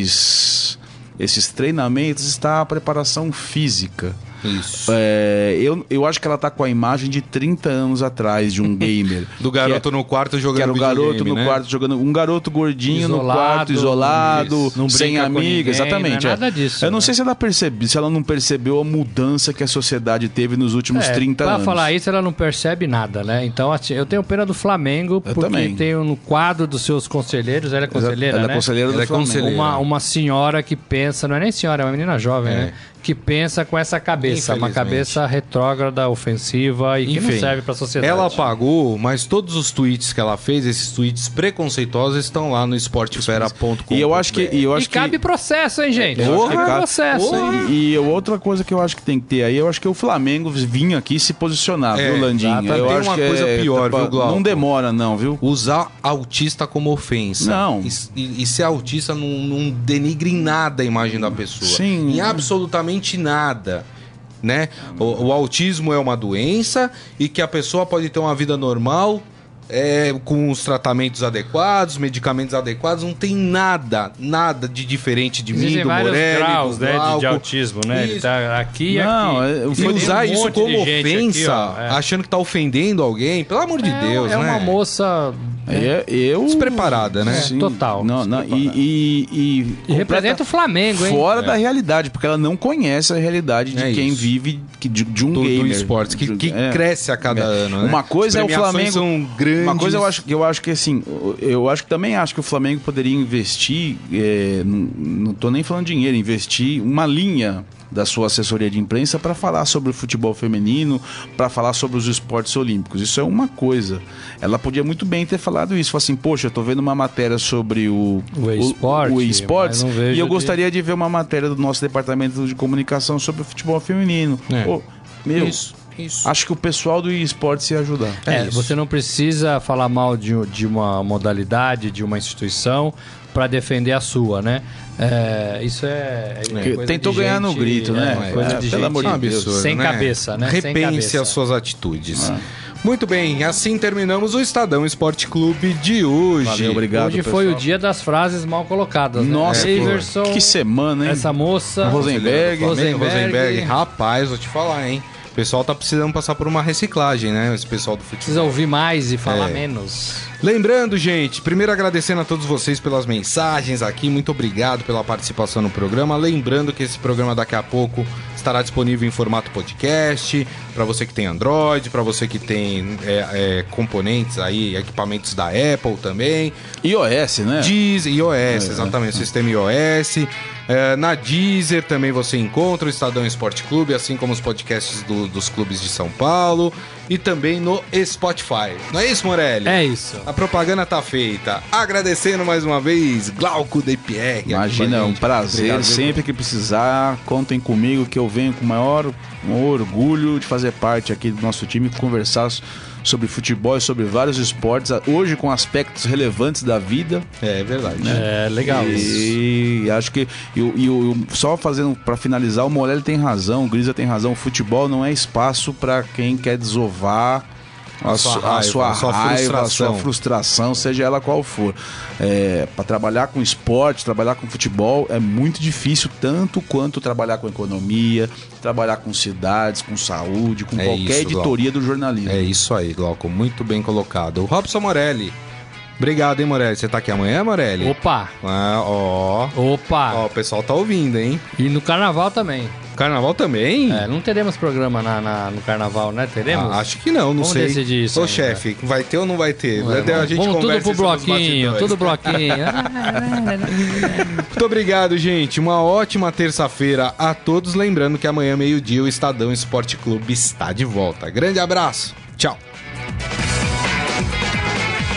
[SPEAKER 4] esses esses treinamentos está a preparação física.
[SPEAKER 2] Isso.
[SPEAKER 4] É, eu, eu acho que ela tá com a imagem de 30 anos atrás de um gamer.
[SPEAKER 2] Do garoto no quarto
[SPEAKER 4] que, é,
[SPEAKER 2] jogando
[SPEAKER 4] que era o garoto
[SPEAKER 2] videogame,
[SPEAKER 4] no
[SPEAKER 2] né?
[SPEAKER 4] quarto jogando. Um garoto gordinho no
[SPEAKER 3] Isolado,
[SPEAKER 4] quarto, isolado,
[SPEAKER 2] isso.
[SPEAKER 3] Não
[SPEAKER 4] sem
[SPEAKER 3] brinca com
[SPEAKER 4] amiga.
[SPEAKER 3] ninguém,
[SPEAKER 4] exatamente.
[SPEAKER 3] não é
[SPEAKER 4] é.
[SPEAKER 3] nada disso,
[SPEAKER 4] Eu não
[SPEAKER 3] né?
[SPEAKER 4] sei se ela percebe, se ela não percebeu a mudança que a sociedade teve nos últimos 30
[SPEAKER 3] É, pra
[SPEAKER 4] anos.
[SPEAKER 3] falar isso, ela não percebe nada, né? Então, assim, eu tenho pena do Flamengo,
[SPEAKER 4] Eu
[SPEAKER 3] porque
[SPEAKER 4] também.
[SPEAKER 3] tem um- no quadro dos seus conselheiros, ela é conselheira,
[SPEAKER 4] Ela
[SPEAKER 3] né?
[SPEAKER 4] é conselheira
[SPEAKER 2] Ela
[SPEAKER 4] do
[SPEAKER 2] é
[SPEAKER 4] Flamengo.
[SPEAKER 2] conselheira.
[SPEAKER 3] Uma, uma senhora que pensa, não é nem senhora, é uma menina jovem,
[SPEAKER 2] É.
[SPEAKER 3] né? Que pensa com essa cabeça. cabeça, uma
[SPEAKER 2] Infelizmente.
[SPEAKER 3] cabeça retrógrada, ofensiva e que não serve para a sociedade.
[SPEAKER 2] Ela apagou, mas todos os tweets que ela fez, esses tweets preconceituosos, estão lá no esportefera.com.
[SPEAKER 4] E eu acho que. E, eu acho
[SPEAKER 3] e cabe
[SPEAKER 4] que...
[SPEAKER 3] processo, hein,
[SPEAKER 2] É,
[SPEAKER 3] gente?
[SPEAKER 4] Eu acho que
[SPEAKER 3] Cabe
[SPEAKER 4] cabe-
[SPEAKER 3] processo.
[SPEAKER 4] Porra. E, e outra coisa que eu acho que tem que ter aí, eu acho que é o Flamengo vinha aqui se posicionar,
[SPEAKER 2] É,
[SPEAKER 4] viu, Landinho?
[SPEAKER 2] exato.
[SPEAKER 4] Eu
[SPEAKER 2] Tem
[SPEAKER 4] acho
[SPEAKER 2] uma
[SPEAKER 4] que é tá
[SPEAKER 2] coisa pior, viu, Glauco?
[SPEAKER 4] Não demora, não, viu?
[SPEAKER 2] Usar autista como ofensa.
[SPEAKER 4] Não.
[SPEAKER 2] E, e- e ser autista não, não denigra em nada a imagem da pessoa.
[SPEAKER 4] Sim.
[SPEAKER 2] Em absolutamente nada. Né? O, o autismo é uma doença e que a pessoa pode ter uma vida normal é, com os tratamentos adequados, medicamentos adequados, não tem nada, nada de diferente de mim,
[SPEAKER 3] Existem
[SPEAKER 2] do
[SPEAKER 3] vários
[SPEAKER 2] Morelli,
[SPEAKER 3] graus
[SPEAKER 2] do
[SPEAKER 3] né, de- de,
[SPEAKER 2] Glauco.
[SPEAKER 3] autismo, né? Ele
[SPEAKER 2] Isso.
[SPEAKER 3] tá aqui e
[SPEAKER 4] Não,
[SPEAKER 3] aqui.
[SPEAKER 4] é-
[SPEAKER 3] E
[SPEAKER 2] E
[SPEAKER 4] Foi-
[SPEAKER 2] usar
[SPEAKER 3] tem um
[SPEAKER 2] isso
[SPEAKER 3] monte
[SPEAKER 2] como
[SPEAKER 3] de gente aqui,
[SPEAKER 2] ofensa,
[SPEAKER 3] ó, é.
[SPEAKER 2] achando que tá ofendendo alguém, pelo amor de
[SPEAKER 3] É,
[SPEAKER 2] Deus,
[SPEAKER 3] é
[SPEAKER 2] né?
[SPEAKER 3] uma moça
[SPEAKER 4] É, eu.
[SPEAKER 2] Despreparada, né?
[SPEAKER 4] Sim.
[SPEAKER 3] Total,
[SPEAKER 4] Não, não, e, e, e-
[SPEAKER 3] e representa o Flamengo, hein?
[SPEAKER 4] Fora da realidade, porque ela não conhece a realidade de
[SPEAKER 2] É
[SPEAKER 4] quem
[SPEAKER 2] isso.
[SPEAKER 4] vive que- de, de um
[SPEAKER 2] do, do
[SPEAKER 4] gamer.
[SPEAKER 2] esporte, que,
[SPEAKER 4] De-
[SPEAKER 2] que
[SPEAKER 4] é.
[SPEAKER 2] cresce a cada
[SPEAKER 4] É.
[SPEAKER 2] ano. né?
[SPEAKER 4] Uma coisa é o
[SPEAKER 2] As premiações
[SPEAKER 4] Flamengo-
[SPEAKER 2] São grandes.
[SPEAKER 4] Uma coisa eu acho que eu acho que assim, eu acho que também acho que o Flamengo poderia investir, é, não, não tô nem falando dinheiro, investir uma linha da sua assessoria de imprensa para falar sobre o futebol feminino, para falar sobre os esportes olímpicos. Isso é uma coisa. Ela podia muito bem ter falado isso, Falar assim, poxa, eu tô vendo uma matéria sobre o
[SPEAKER 3] O esporte,
[SPEAKER 4] o, o esportes,
[SPEAKER 3] mas não vejo
[SPEAKER 4] e eu
[SPEAKER 3] de-
[SPEAKER 4] gostaria de ver uma matéria do nosso departamento de comunicação sobre o futebol feminino.
[SPEAKER 2] É.
[SPEAKER 4] Pô, meu,
[SPEAKER 2] Isso, isso.
[SPEAKER 4] acho que o pessoal do esportes ia ajudar.
[SPEAKER 3] É,
[SPEAKER 2] isso.
[SPEAKER 3] você não precisa falar mal de, de uma modalidade, de uma instituição, para defender a sua, né? É, isso é. é coisa
[SPEAKER 4] tentou
[SPEAKER 3] de
[SPEAKER 4] ganhar no grito, né?
[SPEAKER 3] É, coisa
[SPEAKER 4] É,
[SPEAKER 3] de
[SPEAKER 4] pelo
[SPEAKER 3] gente
[SPEAKER 4] amor de
[SPEAKER 2] Um absurdo,
[SPEAKER 3] sem
[SPEAKER 2] né?
[SPEAKER 3] cabeça, né? Sem
[SPEAKER 2] Repense
[SPEAKER 3] cabeça.
[SPEAKER 2] as suas atitudes.
[SPEAKER 4] Ah.
[SPEAKER 2] Muito bem, assim terminamos o Estadão Esporte Clube de hoje.
[SPEAKER 4] Valeu, obrigado.
[SPEAKER 3] Hoje
[SPEAKER 4] pessoal.
[SPEAKER 3] foi o dia das frases mal colocadas. né?
[SPEAKER 4] Nossa,
[SPEAKER 3] Daverson,
[SPEAKER 4] que semana, hein?
[SPEAKER 3] essa moça.
[SPEAKER 4] Rosenberg.
[SPEAKER 2] Rosenberg. Rosenberg.
[SPEAKER 3] Rosenberg.
[SPEAKER 2] Rapaz, vou te falar, hein? O pessoal tá precisando passar por uma reciclagem, né? Esse pessoal do futebol.
[SPEAKER 3] Precisa ouvir mais e falar
[SPEAKER 2] É.
[SPEAKER 3] menos.
[SPEAKER 2] Lembrando, gente, primeiro agradecendo a todos vocês pelas mensagens aqui, muito obrigado pela participação no programa. Lembrando que esse programa daqui a pouco estará disponível em formato podcast, para você que tem Android, para você que tem é, é, componentes aí, equipamentos da Apple também.
[SPEAKER 4] iOS, né?
[SPEAKER 2] Deezer, iOS, exatamente, o sistema iOS. É, na Deezer também você encontra o Estadão Esporte Clube, assim como os podcasts do- dos clubes de São Paulo e também no Spotify. Não é isso, Morelli?
[SPEAKER 3] É isso.
[SPEAKER 2] A propaganda tá feita. Agradecendo mais uma vez Glauco De Pierre. aqui com
[SPEAKER 4] Imagina,
[SPEAKER 2] a
[SPEAKER 4] é um
[SPEAKER 2] gente.
[SPEAKER 4] prazer.
[SPEAKER 2] Obrigado, viu?
[SPEAKER 4] Sempre que precisar, contem comigo que eu venho com o maior orgulho de fazer parte aqui do nosso time, conversar s- sobre futebol e sobre vários esportes, a- hoje com aspectos relevantes da vida.
[SPEAKER 2] É verdade.
[SPEAKER 3] É legal isso.
[SPEAKER 4] E acho que e o- e o- e o- só fazendo pra finalizar, o Morelli tem razão, o Grisa tem razão, o futebol não é espaço pra quem quer desovar a,
[SPEAKER 2] sua
[SPEAKER 4] su- a
[SPEAKER 2] raiva,
[SPEAKER 4] sua
[SPEAKER 2] a sua
[SPEAKER 4] raiva, a sua
[SPEAKER 2] frustração.
[SPEAKER 4] frustração, seja ela qual for. É, para trabalhar com esporte, trabalhar com futebol é muito difícil, tanto quanto trabalhar com economia, trabalhar com cidades, com saúde, com
[SPEAKER 2] É
[SPEAKER 4] qualquer
[SPEAKER 2] isso, Glauco.
[SPEAKER 4] editoria do jornalismo.
[SPEAKER 2] É isso aí, Glauco. Muito bem colocado. O Robson Morelli. Obrigado, hein, Morelli. Você tá aqui amanhã, Morelli?
[SPEAKER 3] Opa! Ah.
[SPEAKER 2] Ah, ó.
[SPEAKER 3] Opa!
[SPEAKER 2] Ó, o pessoal tá ouvindo, hein?
[SPEAKER 3] E no carnaval também.
[SPEAKER 2] Carnaval também?
[SPEAKER 3] É, não teremos programa na- na- no carnaval, né? Teremos?
[SPEAKER 2] Ah, acho que não, não
[SPEAKER 3] Vamos
[SPEAKER 2] sei.
[SPEAKER 3] decidir isso
[SPEAKER 2] Ô,
[SPEAKER 3] ainda.
[SPEAKER 2] chefe, vai ter ou não vai ter? Vai ter, a gente
[SPEAKER 3] Vamos tudo
[SPEAKER 2] conversa
[SPEAKER 3] pro
[SPEAKER 2] isso nos
[SPEAKER 3] bloquinho,
[SPEAKER 2] bastidores.
[SPEAKER 3] tudo bloquinho.
[SPEAKER 2] Muito obrigado, gente. Uma ótima terça-feira a todos. Lembrando que amanhã, meio-dia, o Estadão Esporte Clube está de volta. Grande abraço. Tchau.